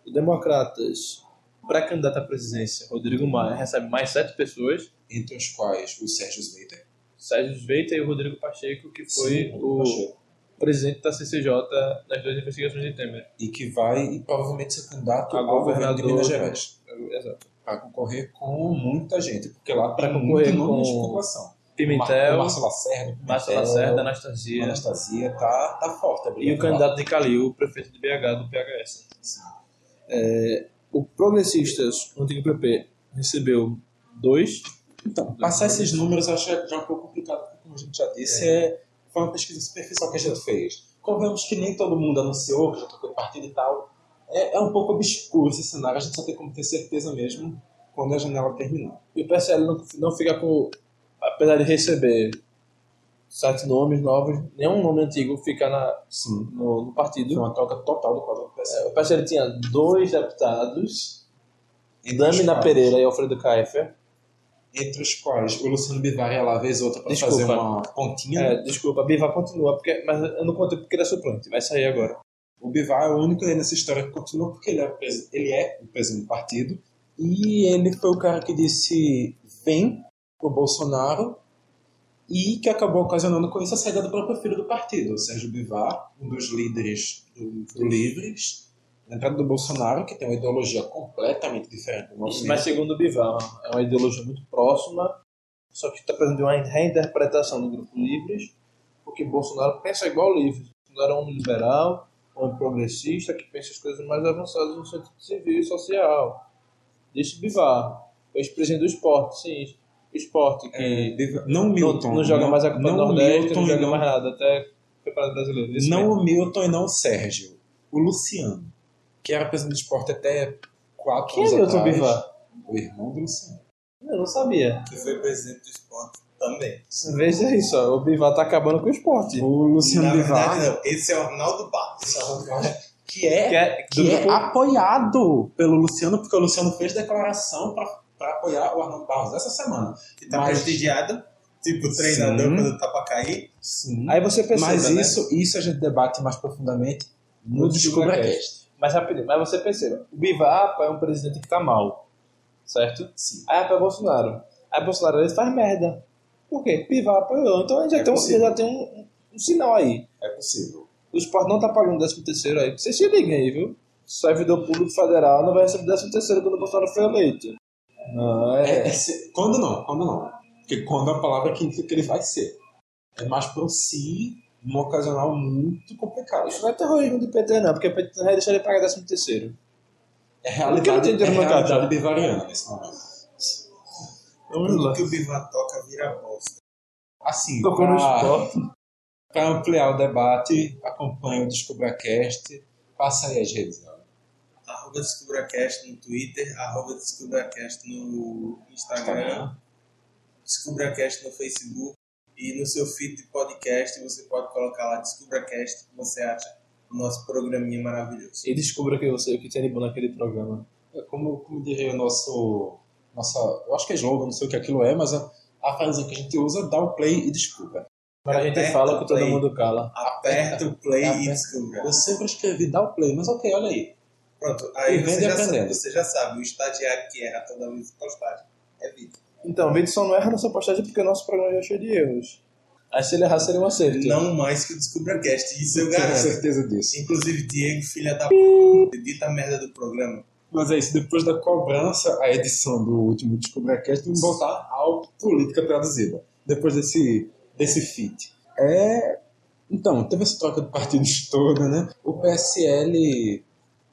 A: O Democratas, pré-candidato à presidência, Rodrigo Maia, recebe mais sete pessoas.
B: entre os quais o Sérgio Slater,
A: Sérgio Veita e o Rodrigo Pacheco, que foi
B: Sim,
A: o
B: Pacheco.
A: presidente da CCJ nas duas investigações de Temer.
B: e que vai e provavelmente ser candidato
A: A
B: ao governo de
A: governador.
B: Minas Gerais
A: Exato.
B: para concorrer com muita gente, porque lá
A: Pra
B: tem
A: concorrer
B: muito nome de
A: com
B: população.
A: Pimentel,
B: o Márcio Lacerda, o
A: Márcio
B: Pimentel,
A: Lacerda, Anastasia.
B: Anastasia tá, tá forte. a briga
A: E o
B: tá lá.
A: candidato de Calil, o prefeito de BH do PHS.
B: Sim.
A: né? É, o Progressistas, o antigo PP, recebeu dois.
B: Então, passar esses números eu acho que já é um pouco complicado, porque como a gente já disse, é. foi uma pesquisa superficial que a gente fez. Convenhamos que nem todo mundo anunciou, que já tocou em partido e tal. É, é um pouco obscuro esse cenário, a gente só tem como ter certeza mesmo quando a janela terminar.
A: E o PSL não, não fica com. Apesar de receber sete nomes novos, nenhum nome antigo fica na,
B: Sim.
A: no, no
B: Foi
A: partido.
B: uma troca total do quadro do PSL.
A: É, o PSL tinha dois deputados,
B: Entre os
A: Damina
B: quais-
A: Pereira e Alfredo Kaiffer.
B: Entre os quais o Luciano Bivar ia lá vez outra para
A: Desculpa.
B: fazer uma pontinha.
A: É, desculpa, Biva continua, porque, mas eu não contei porque ele é suplente, vai sair agora.
B: O Bivar é o único aí nessa história que continua porque ele é, o presi- ele é o presidente do partido. E ele foi o cara que disse vem pro Bolsonaro e que acabou ocasionando com isso a saída do próprio filho do partido, o Sérgio Bivar, um dos líderes do, do Livres, na entrada do Bolsonaro, que tem uma ideologia completamente diferente do nosso.
A: Mas segundo o Bivar, é uma ideologia muito próxima, só que está presente uma reinterpretação do grupo Livres, porque Bolsonaro pensa igual o Livres. Bolsonaro é um homem liberal, um homem progressista, que pensa as coisas mais avançadas no sentido civil e social. Disse Bivar, ex-presidente do esporte, sim, esporte
B: É,
A: que
B: Bivar- não o
A: não,
B: Milton.
A: não joga mais a Copa do Nordeste,
B: Milton,
A: não joga
B: não-
A: mais nada, até Campeonato Brasileiro. Esse
B: não
A: mesmo.
B: o Milton e não o Sérgio. O Luciano, que era presidente do esporte até quatro
A: Quem é
B: anos
A: Milton
B: atrás.
A: Bivar?
B: O irmão do Luciano.
A: Eu não sabia.
D: Que foi presidente do esporte também.
A: Veja isso, ó, o Bivar tá acabando com o esporte.
B: O Luciano
D: Na
B: Bivar,
D: verdade, não. Esse é o Arnaldo Barros.
B: que é,
A: Que é,
B: que
A: do
B: é
A: grupo-
B: apoiado pelo Luciano, porque o Luciano fez declaração para para apoiar o Arnaldo Barros essa semana.
D: Que tá
B: Mas-
D: prestigiado. Tipo, treinador
B: Sim.
D: quando tá pra cair.
B: Sim.
A: Aí você percebe,
B: Mas
A: né?
B: isso, isso a gente debate mais profundamente no
A: No
B: DescubraCast.
A: Mas rapidinho, mas você perceba, o Bivapa é um presidente que tá mal, certo? Sim. Aí é pra Bolsonaro. Aí Bolsonaro ele faz merda. Por quê? Bivapa apoiou. Então ele já, tem, um,
B: É possível.
A: ele já tem um, um sinal aí.
B: É possível.
A: O esporte não tá pagando 13 terceiro aí. Vocês se liguem aí, viu? Servidor público federal não vai receber 13 terceiro quando o Bolsonaro foi eleito. Não,
B: É,
A: é.
B: é se- quando não, quando não. Porque quando é a palavra que implica que ele vai ser. É mais para um si, um ocasional muito complicado.
A: Isso não é terrorismo do PT, não, porque o PT não vai deixar ele pagar 13 terceiro.
B: É
A: Por que não
B: realidade,
A: tem
B: é
A: dinheiro na
B: realidade
A: carteira?
B: bivariana nesse momento. Então,
A: Vamos lá.
D: Tudo que o Bivar toca vira bosta.
B: Assim,
A: Tocou no
B: pra-
A: esporte.
B: Para ampliar o debate, acompanhe o DescubraCast. Passa aí as redes. né? Ana.
D: Arroba DescubraCast no Twitter, arroba DescubraCast no Instagram,
B: Instagram.
D: DescubraCast no Facebook e no seu feed de podcast você pode colocar lá DescubraCast que você acha o nosso programinha maravilhoso.
A: E descubra que você, o que tem de bom naquele programa.
B: É Como, como diria o nosso. Nossa, eu acho que é slogan, não sei o que aquilo é, mas a, a frase que a gente usa é dá o play e descubra. É,
A: Mas a gente é-
D: Aperta
A: fala que
D: o
A: todo
D: play.
A: mundo cala.
D: Aperta o play e
B: Aperta.
D: descubra.
B: Eu sempre escrevi dá o play, mas ok, olha aí.
D: Pronto, aí
B: E
D: você
B: vem
D: já, sabe,
B: aprendendo.
D: você já sabe, o estagiário que erra toda vez que postagem é vídeo.
A: Então, o só não erra nessa postagem porque o nosso programa já é cheio de erros. Aí se ele errar, seria um acerto.
D: Não mais que o DescubraCast, isso eu
B: Tenho
D: garanto.
B: certeza disso.
D: Inclusive, Diego, filha da p, edita a merda do programa.
B: Mas é isso, depois da cobrança, a edição do último DescubraCast, vamos voltar ao Política Traduzida. Depois desse, desse feat. É. Então, teve essa troca de partidos *laughs* toda, né? O PSL.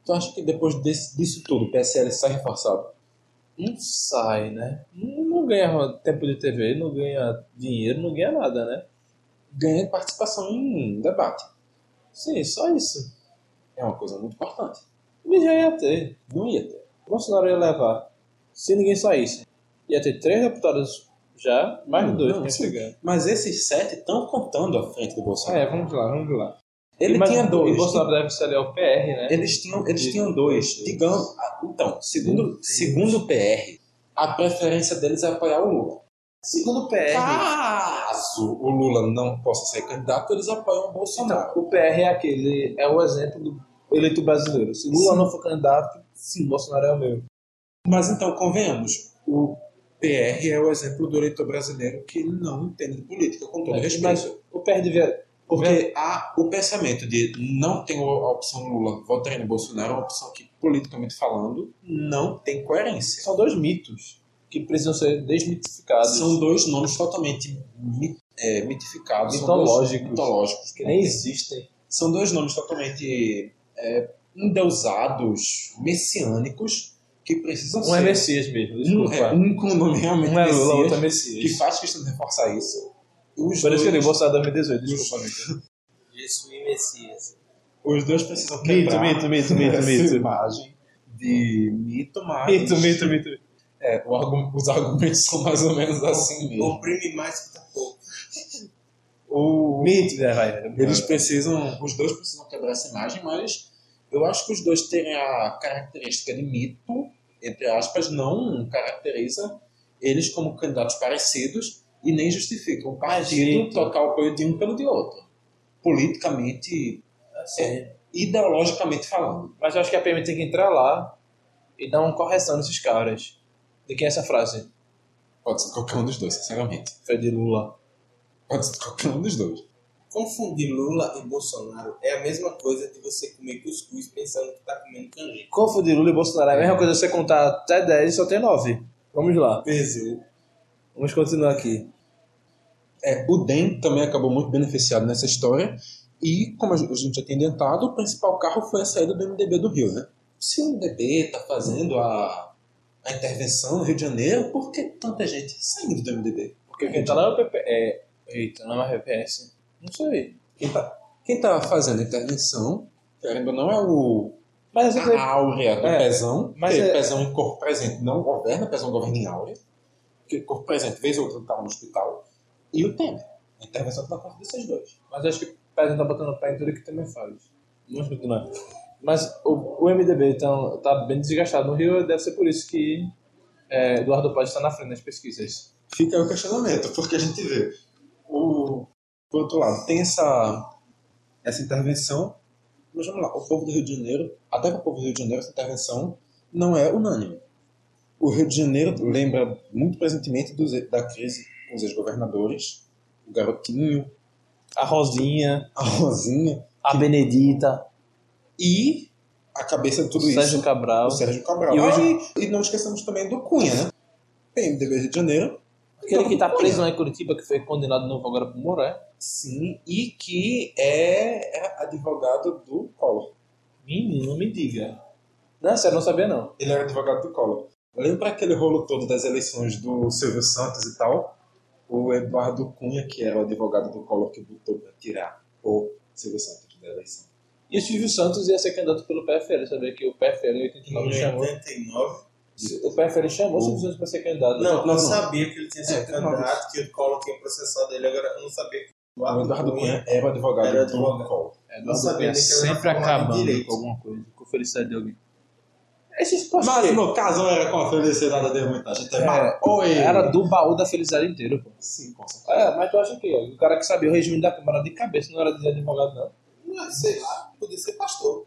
B: Tu acha que depois desse- disso tudo, o PSL sai reforçado?
A: Não sai, né? Não, não ganha tempo de TV, não ganha dinheiro, não ganha nada, né?
B: Ganha participação em debate.
A: Sim, só isso.
B: É uma coisa muito importante.
A: Mas já ia ter.
B: Não ia ter.
A: Bolsonaro ia levar. Se ninguém saísse. Ia ter três deputados já, mais
B: Não,
A: dois né?
B: não,
A: pra
B: sim.
A: chegar.
B: Mas esses sete estão contando à frente do
A: Ah,
B: Bolsonaro.
A: é, vamos lá, vamos lá.
B: Ele
A: Mas
B: tinha
A: O
B: dois.
A: Bolsonaro deve ser ali ao PR, né?
B: Eles tinham, eles tinham dois. Digamos, ah, então, segundo, segundo o PR, a preferência deles é apoiar o Lula.
A: Segundo o PR.
B: Tá. Ah! Caso o Lula não possa ser candidato, eles apoiam o Bolsonaro.
A: Então, o PR é aquele, é o exemplo do eleito brasileiro. Se Lula
B: Sim.
A: não for candidato, sim, Bolsonaro é o meu.
B: Mas então, convenhamos, o PR é o exemplo do eleitor brasileiro que não entende de política, com todo
A: É,
B: respeito.
A: O PR devia
B: Porque há o pensamento de não tem a opção Lula, votarei no Bolsonaro, é uma opção que, politicamente falando, não tem coerência.
A: São dois mitos que precisam ser desmitificados.
B: São dois nomes totalmente mi- é, mitificados, são
A: Mitológicos.
B: dois, mitológicos
A: que nem existem.
B: São dois nomes totalmente é, endeusados, messiânicos, que precisam
A: Um
B: ser.
A: é Messias mesmo,
B: um,
A: desculpa.
B: é, um com o nome realmente
A: Um é Lula, outro é
B: Messias, que
A: Messias.
B: faz questão de reforçar isso. Os
A: Por isso que eu
B: dois,
A: digo Bolsonaro 2018, desculpa, Mito.
D: Jesus e Messias.
B: os dois precisam
A: Mito,
B: quebrar
A: mito, mito, mito,
B: essa
A: mito.
B: imagem de mito, mas
A: Mito, mito, mito.
B: É, o argu- os argumentos são mais ou menos assim mesmo.
D: Oprime mais que tá pouco.
B: O-
A: Mito, né, vai. vai.
B: Eles precisam, os dois precisam quebrar essa imagem, mas eu acho que os dois terem a característica de mito, entre aspas, não caracteriza eles como candidatos parecidos e nem justifica o partido
A: gente-
B: tocar o apoio de um pelo de outro. Politicamente, é,
A: Assim,
B: ideologicamente falando.
A: Mas eu acho que a PM tem que entrar lá e dar uma correção nesses caras. De quem é essa frase?
B: Pode ser qualquer um dos dois, sinceramente.
A: Foi de Lula.
B: Pode ser qualquer um dos dois.
D: Confundir Lula e Bolsonaro é a mesma coisa de você comer cuscuz pensando que tá comendo canjica.
A: Confundir Lula e Bolsonaro é a mesma coisa você contar até 10 e só tem 9. Vamos lá.
D: Pesou.
A: Vamos continuar aqui.
B: É, o DEM também acabou muito beneficiado nessa história. E, como a gen- a gente já tem adiantado, o principal carro foi a saída do MDB do Rio, né? Se o MDB está tá fazendo a, a intervenção no Rio de Janeiro, por que tanta gente saindo do MDB?
A: Porque quem tá lá é o PP. É... Eita, não é mais PPS. Não sei.
B: Quem está fazendo a intervenção, querendo ou não, é o,
A: Mas eu sei.
B: a áurea do
A: É,
B: Pezão.
A: mas
B: Mas é...
A: é-
B: Pezão em corpo presente não governa, Pezão governa em áurea. Porque corpo presente, vez ou outra, estava no hospital. E o Temer. A
A: é
B: intervenção está na conta desses dois.
A: Mas eu acho que o Pedro tá botando o pé em tudo que também faz. Vamos continuar. Mas o, o MDB então, tá bem desgastado no Rio, deve ser por isso que é, Eduardo Paz está na frente nas pesquisas.
B: Fica aí o questionamento, porque a gente vê. O, por outro lado, tem essa, essa intervenção, mas vamos lá, o povo do Rio de Janeiro, até para o povo do Rio de Janeiro, essa intervenção não é unânime. O Rio de Janeiro lembra muito presentemente dos- da crise com os ex-governadores, o Garotinho,
A: A Rosinha,
B: a Rosinha,
A: a Benedita,
B: e a cabeça de tudo isso.
A: Sérgio Cabral.
B: o Sérgio Cabral.
A: E
B: E,
A: hoje-
B: e não esqueçamos também do Cunha, né? PMDB Rio de Janeiro.
A: Aquele que tá está
B: Cunha.
A: preso lá em Curitiba, que foi condenado de novo agora por Moré.
B: Sim, e que é é advogado do Collor.
A: Menino, não me diga. Não, sério, não sabia não.
B: Ele era advogado do Collor. Lembra aquele rolo todo das eleições do Silvio Santos e tal? O Eduardo Cunha, que era o advogado do Collor, que botou pra tirar o Silvio Santos da eleição.
A: E o Silvio Santos ia ser candidato pelo PFL, sabia que o PFL em 89
D: Em
A: chamou.
D: 89?
A: O PFL chamou o Silvio Santos para ser candidato.
D: Não,
B: não.
D: eu sabia que ele tinha sido
B: É,
D: candidato, que o Collor tinha processado ele, agora eu não sabia que o
B: O Eduardo Cunha era o advogado,
D: Era
B: do
D: advogado.
B: Collor.
A: É,
D: não sabia nem que era
A: sempre
D: uma forma
A: acabando
D: direito.
A: com alguma coisa, com a felicidade de alguém. Esses
B: Mas no caso era com a felicidade de muita gente.
A: É,
B: Mas, oi!
A: Era do baú da felicidade inteiro, pô.
B: Sim, com certeza.
A: É, mas tu acha que o cara que sabia o regime da Câmara de cabeça não era de advogado, não?
D: Não, sei lá, podia ser pastor.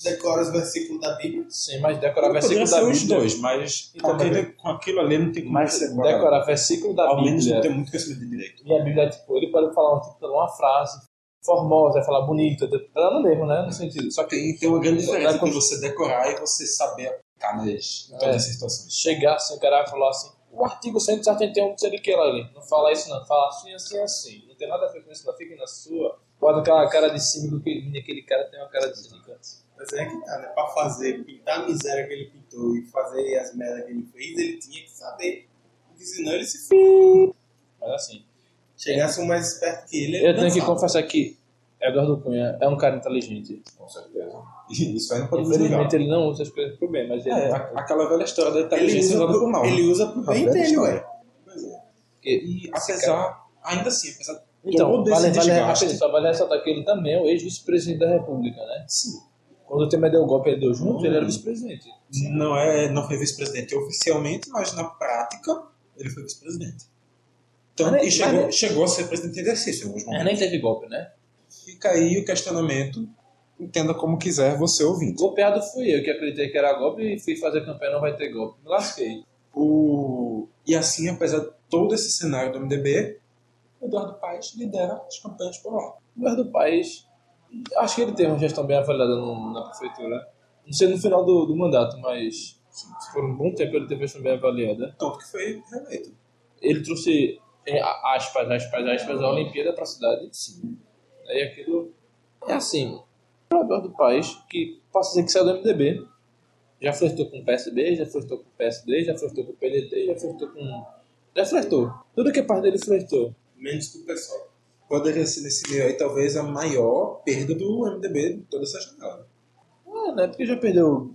D: Decora os versículos da Bíblia.
A: Sim, mas decorar
B: Poderia
A: versículo
B: ser
A: da
B: os
A: Bíblia.
B: dois, mas com aquele- com aquilo ali não tem como
A: Mas
B: ser guardado.
A: decorar versículo da
B: Ao menos um não
A: Bíblia.
B: tem muito conhecimento de direito.
A: E a Bíblia, tipo, ele pode falar um título, uma frase formosa, falar bonita, tá dando mesmo, né? No sentido. Só que
B: Tem, tem uma grande diferença
A: Vai com-
B: entre você decorar e você saber aplicar nas em todas
A: É.
B: as situações.
A: chegar assim, o cara vai falar assim, o artigo 171, não sei de que lá ali. Não fala isso não, fala assim, assim, assim. Não tem nada a ver com isso, não fique na sua. Bota aquela cara de cínico que aquele cara tem uma cara de cínico.
D: Mas é que tá, né? Pra fazer, pintar a miséria que ele pintou e fazer as merdas que ele fez, ele tinha que saber. Porque senão ele se f...
A: Mas assim,
D: chegasse um mais esperto que ele. é ele
A: eu tenho que
D: dançava.
A: confessar que Eduardo Cunha é um cara inteligente.
B: Com certeza. E isso aí não podemos negar.
A: Infelizmente ele não usa as coisas pro bem, mas ele
B: É, a- aquela velha história da
D: Ele
B: inteligência
D: usa,
B: usada por
D: pro,
B: mal.
D: ele usa pro
B: A
D: bem
B: velha
D: dele,
B: história.
D: ué.
A: porque-
B: E apesar, ainda assim, apesar de
A: Então,
B: todo
A: vale,
B: esse
A: vale,
B: desgaste,
A: rapidinho, só vale ressaltar que ele também é o ex-vice-presidente da República, né?
B: sim,
A: Quando o Temer deu o golpe, ele deu junto, ele era vice-presidente.
B: não, é, não foi vice-presidente oficialmente, mas na prática ele foi vice-presidente. Então,
A: Mas-
B: e chegou,
A: mas-
B: chegou a ser presidente em exercício em alguns momentos.
A: Mas nem teve golpe, né?
B: Fica aí o questionamento. Entenda como quiser você ouvinte.
A: Golpeado fui eu que acreditei que era golpe e fui fazer campanha, não vai ter golpe. Me lasquei.
B: O... E assim, apesar de todo esse cenário do MDB, o Eduardo Paes lidera as campanhas por lá.
A: Mas do país, acho que ele teve uma gestão bem avaliada no- na prefeitura. Não sei no final do, do mandato, mas por um bom tempo ele teve uma gestão bem avaliada.
B: Tanto que foi reeleito.
A: Ele trouxe, em a- aspas, aspas, aspas, a Olimpíada para a cidade. Sim. Aí aquilo é assim, o Eduardo Paes, que passa a dizer que saiu do MDB, já flertou com o PSB, já flertou com o PSD, já flertou com o PDT, já flertou com... Já flertou. Tudo que é parte dele flertou.
D: Menos que o pessoal.
B: Poderia ser nesse meio aí, talvez, a maior perda do MDB de toda essa janela.
A: É, né? Porque já perdeu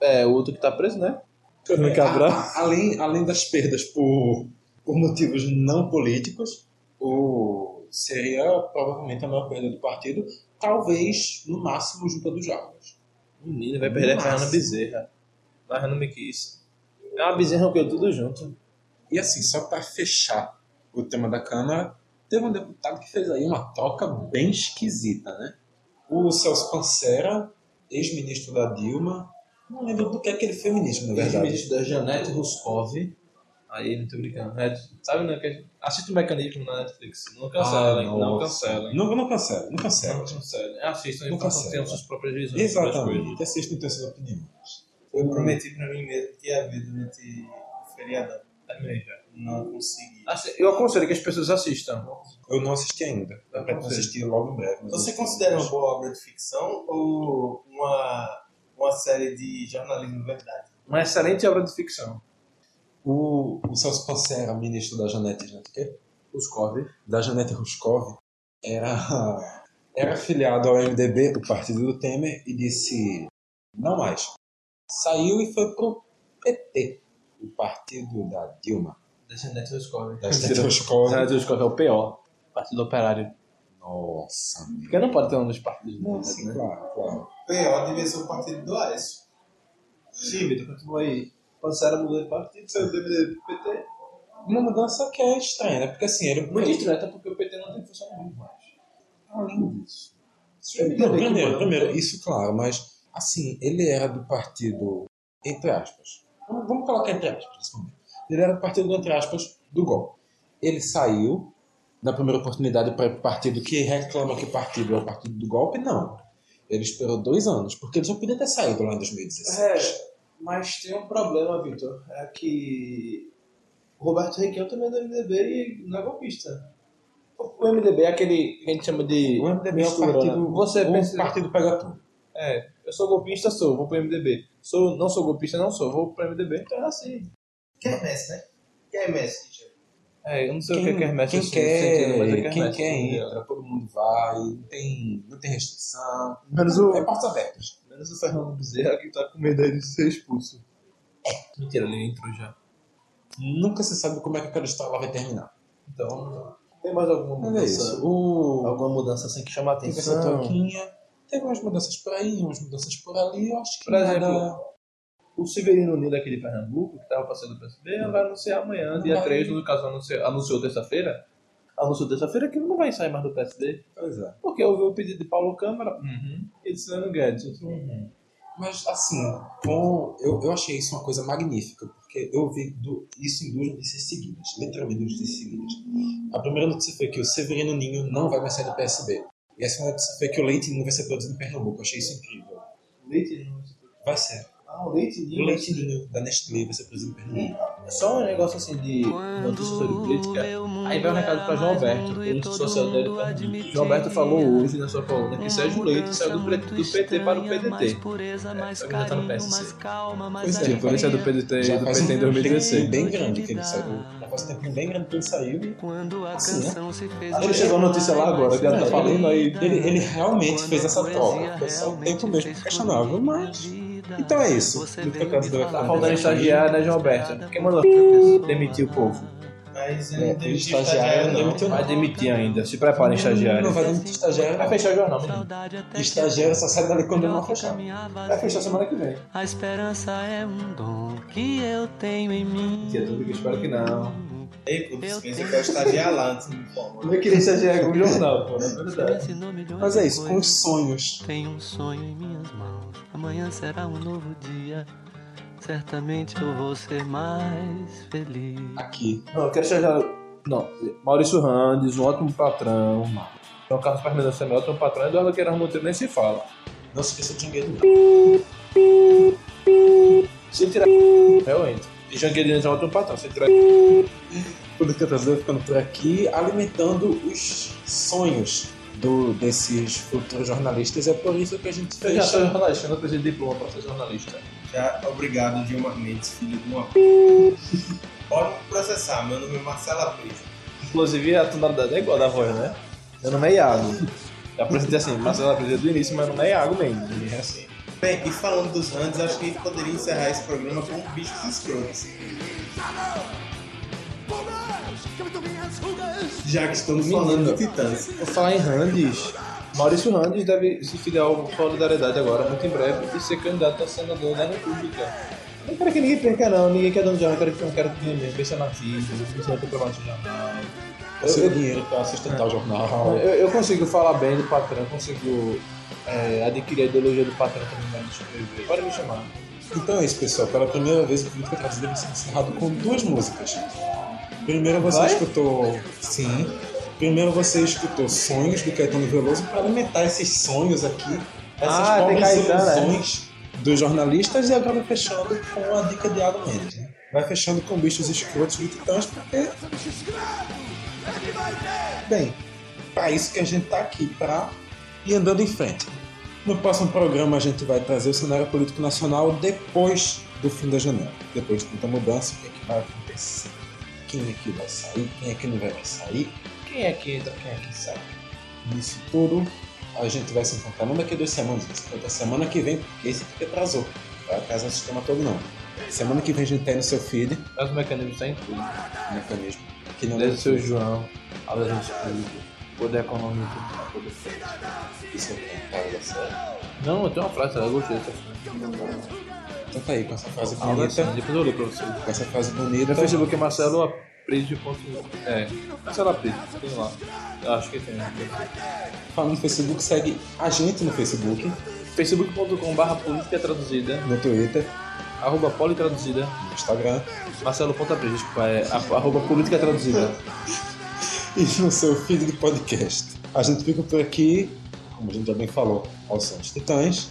A: é, o outro que tá preso, né? Ah, Fernando Cabral.
B: A- a- ah, além, além das perdas por, por motivos não políticos, o, seria provavelmente a maior perda do partido, talvez, no máximo, junto a dos Jarbas.
A: Menino, vai perder a
B: Nossa.
A: Fernanda Bezerra. Mas eu não me quis. É uma bezerra que eu tudo junto.
B: E assim, só para fechar o tema da Câmara, teve um deputado que fez aí uma troca bem esquisita, né? O Celso Pancera, ex-ministro da Dilma, não lembro do que é que ele foi ministro, na verdade.
A: da Janete Ruskov. Aí, não tô brincando. É, sabe, né? que- Assiste o mecanismo na Netflix. Não cancela,
B: Ah,
A: hein? não
B: nossa.
A: cancela. hein?
B: Não, não cancela, não
A: Não
B: cancela.
A: cancela. É, Assistam e
B: Não
A: façam
B: cancela.
A: ter suas próprias visões. sobre as coisas.
B: Exatamente, assistam e tenham suas opiniões.
D: Eu prometi pra mim mesmo que ia ver durante o feriadão.
A: Também já.
D: Não consegui.
A: Assi- Assim, Eu aconselho que as pessoas assistam.
B: Eu não assisti ainda, eu pretendo assistir logo em breve. mas
D: Você
B: eu-
D: considera uma boa obra de ficção ou uma, uma série de jornalismo verdade?
A: Uma excelente obra de ficção.
B: O, o Celso Pancera, ministro da Janete, Janete o quê?
A: Ruskov.
B: da Janete Ruskov era, era afiliado ao MDB, o partido do Temer, e disse não mais. Saiu e foi pro PT, o partido da Dilma.
A: Da Janete Ruskov.
B: Da Janete Ruskov.
A: Senado dos Correios é o pior. Partido Operário.
B: Nossa,
A: Porque não pode ter um dos partidos.
B: meu.
A: Não,
B: Sim, claro, claro.
D: P.O. devia ser o partido do Aécio. Sim, Vitor, continua aí. Quando Sara mudou de partido, saiu do MDB pro PT.
B: Uma mudança que é estranha, né? Porque assim, ele.
A: Muito estranho, até porque o PT não tem funcionário mais.
B: Além disso. Não, primeiro, primeiro, isso claro, mas assim, ele era do partido, entre aspas. Vamos, vamos colocar entre aspas nesse momento. Ele era do partido, entre aspas, do golpe. Ele saiu da primeira oportunidade para o partido que reclama que partido é o partido do golpe, não. Ele esperou dois anos, porque ele só podia ter saído lá em 2016.
D: É, mas tem um problema, Vitor. É que o Roberto Requião também é do MDB e não é golpista. O MDB é aquele que a gente chama de.
B: O MDB é o
D: mistura, né?
B: partido,
D: Você
B: o
D: pensa.
B: partido pega tudo.
A: É, eu sou golpista, sou, vou pro MDB. Sou, não sou golpista, não sou, vou pro MDB. Então é assim.
D: Quem é Messi, né? Quem é Messi, Richard?
A: É, eu não sei
B: quem,
A: o que é quermesse,
B: quem
A: eu sou sentido, mas é
B: quer, quem
A: quermesse,
B: quer
A: entendeu?
B: entra, todo mundo vai, não tem, não tem restrição.
A: Menos o,
B: É portas abertas.
A: menos o Fernando Bezerra que tá com medo aí de ser expulso.
B: É.
A: Mentira, ele entrou já.
B: Nunca se sabe como é que aquela história lá vai terminar.
D: Então. Tem mais alguma
B: Mas é isso.
D: mudança?
B: O...
D: Alguma mudança assim que chama a
B: Teve essa
D: atenção?
B: toquinha. Teve umas mudanças por aí, umas mudanças por ali. Eu acho que
A: Por exemplo,
B: nada-
A: O Severino Nil daquele de Pernambuco, que tava passando pelo
B: Uhum.
A: PSB, vai anunciar amanhã, dia
E: Uhum.
B: Vai.
A: 3, no caso anunciou, anunciou terça-feira. Anunciou terça-feira que ele não vai sair mais do PSD.
B: Pois é.
A: Porque houve o pedido de Paulo Câmara
B: Uhum.
A: e de Sano Guedes. Outro, uhum.
B: Mas assim, com... eu, eu achei isso uma coisa magnífica, porque eu vi do... isso em duas notícias seguidas, literalmente duas notícias seguidas. A primeira notícia foi que o Severino Ninho não vai mais sair do PSB. E a segunda notícia foi que o leite ninho vai ser produzido em Pernambuco. Eu achei isso incrível.
D: Leite não.
B: Vai ser.
D: Ah, o leite
B: O
D: ninho.
B: leite ninho da Nestlé vai ser produzido em Pernambuco.
A: Só um negócio assim de notícia sobre política. Aí
E: é
A: vai um recado pra João Alberto, político social dele. Pernambuco. João Alberto falou hoje na sua coluna
E: é
A: que Sérgio Leite saiu do, pre- do PT para o PDT.
E: Pureza, mais
A: só que já tá no
E: carinho,
A: PSC.
E: mais calma, mais
B: Pois é,
A: Tipo, ele saiu do
E: alegria.
A: PDT
B: Já
A: do
B: faz
A: PT em
B: um
A: 2016.
B: tempo bem grande que ele saiu. Já faz um tempo bem grande que ele saiu.
E: Quando a
B: Assim, né?
E: canção se fez
A: Ele chegou a notícia lá agora, o cara
B: tá
E: mais
B: falando aí,
E: linda.
B: ele, ele realmente
E: Quando
B: fez
E: a
B: essa
E: poesia
B: troca. Foi só um
E: realmente
B: tempo mesmo
E: fez
B: questionável,
E: florir na
B: mas.
E: vida.
B: Então é isso.
E: Você
B: Muito
E: veio me
B: obrigado,
E: falar
A: Tá
B: Eduardo.
A: faltando estagiário, né, João Alberto? Quem mandou demitir o povo?
D: Mas
B: É,
D: ele não
B: o
D: demitiu
B: estagiário
D: estagiário,
B: não
D: não.
B: demitiu
A: Vai demitir ainda, se preparem,
B: Não
A: estagiário.
B: vai demitir estagiário.
A: Vai
B: não.
A: fechar o jornal, menino.
E: Saudade até que
B: Estagiário só sai dali quando não
E: melhor que
B: fechar.
E: caminhava.
A: Vai fechar semana que vem.
E: A esperança é um dom que eu tenho em mim.
A: Tia, tudo que eu espero que não.
D: Ei, quando
E: Eu
D: você pensa
E: tenho-
D: que é o estagiário lá, antes me informa.
A: Eu queria estagiar com o jornal, pô, né? na verdade.
E: Ensinou milhões
B: Mas é isso,
E: de
B: com
E: coisas.
B: os sonhos.
E: Tem um sonho em minhas mãos. Amanhã será um novo dia. Certamente eu vou ser mais feliz.
B: Aqui.
A: Não, eu quero estagiar. Não, Maurício Randes, um ótimo patrão. João Carlos Fernandes também é ótimo patrão. Eduardo Queiroz Monteiro nem se fala.
B: Não se esqueça de um Jangueiro.
A: Se tirar. Realmente. E Jangueirinhas é um ótimo patrão. Se tirar.
B: Tudo que eu tô fazendo, ficando por aqui, alimentando os sonhos do, desses futuros jornalistas. É por isso que a gente
A: Eu já
B: fez.
A: sou jornalista, eu não preciso de diploma pra ser jornalista.
D: Já, obrigado, Gilmar Mendes, filho de uma. Pode me processar, meu nome é Marcelo Aprisa.
A: Inclusive a tonalidade é igual da voz, né? Meu nome é Iago. Eu apresentei assim, Marcelo apresentou do início, mas meu nome é Iago mesmo. Ele é assim.
D: Bem, e falando dos Rands, acho que a gente poderia encerrar esse programa com bichos escrotos. Já que estamos falando de titãs.
A: Vou falar em Randes. Maurício Randes deve se filiar ao Solidariedade agora, muito em breve, e ser candidato a senador da República. Não quero que ninguém perca, não. Ninguém quer dono de jornal, quero que não quero que ninguém pensa na vida, pensa no trabalho do jornal.
B: O seu dinheiro para
A: É.
B: sustentar o jornal.
A: Eu, eu consigo falar bem do patrão, consigo é, adquirir a ideologia do patrão também na hora de escrever. Pode me chamar.
B: Então é isso, pessoal. Pela primeira vez, o Política Traduzida vai ser encerrado com duas músicas. Primeiro você
A: Vai?
B: escutou. Sim. Primeiro você escutou Sonhos do Caetano Veloso para alimentar esses sonhos aqui, essas
A: Ah, tem
B: pobres
A: Caetano, né?
B: ilusões dos jornalistas e agora fechando com a dica de Iago Mendes. né? Vai fechando com bichos escrotos do Titãs porque. Bem, para isso que a gente tá aqui, para ir andando em frente. No próximo programa a gente vai trazer o cenário político nacional depois do fim da janela. Depois de tanta mudança, o que, é que vai acontecer? Quem é que vai sair? Quem é que não vai mais sair?
A: Quem é que entra, quem é que sai?
B: Nisso tudo, a gente vai se encontrar não daqui a duas semanas, mas daqui a semana que vem, porque esse aqui atrasou. Vai atrasar o sistema todo não. Semana que vem a gente tem no seu feed,
A: Mas o mecanismo está em tudo.
B: no mecanismo, que não é
A: Desde o seu João, a da gente pública, poder econômico, a poder político.
B: Isso é cara da série.
A: Não, eu tenho uma frase, eu gostei dessa frase.
B: Então tá aí, com essa frase bonita.
A: Depois eu leio pra vocês.
B: Com essa frase
A: No
B: bonita.
A: Facebook é Marcelo Aprígio. É, Marcelo Aprígio, tem lá. Eu acho que tem.
B: Fala no Facebook, segue a gente no Facebook,
A: facebook.com.br política traduzida,
B: no Twitter,
A: arroba politraduzida,
B: no Instagram
A: Marcelo Ponta Aprígio, desculpa, é a- arroba política traduzida.
B: e no seu feed de podcast. A gente fica por aqui, como a gente já bem falou, aos Santos Titãs,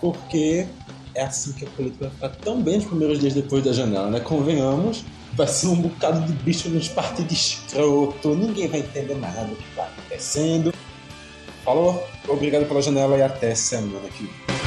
B: porque é assim que a política vai ficar tão bem nos primeiros dias depois da janela, né? Convenhamos, vai ser um bocado de bicho nos partidos escroto, ninguém vai entender nada do que tá acontecendo. Falou, obrigado pela janela e até semana que vem.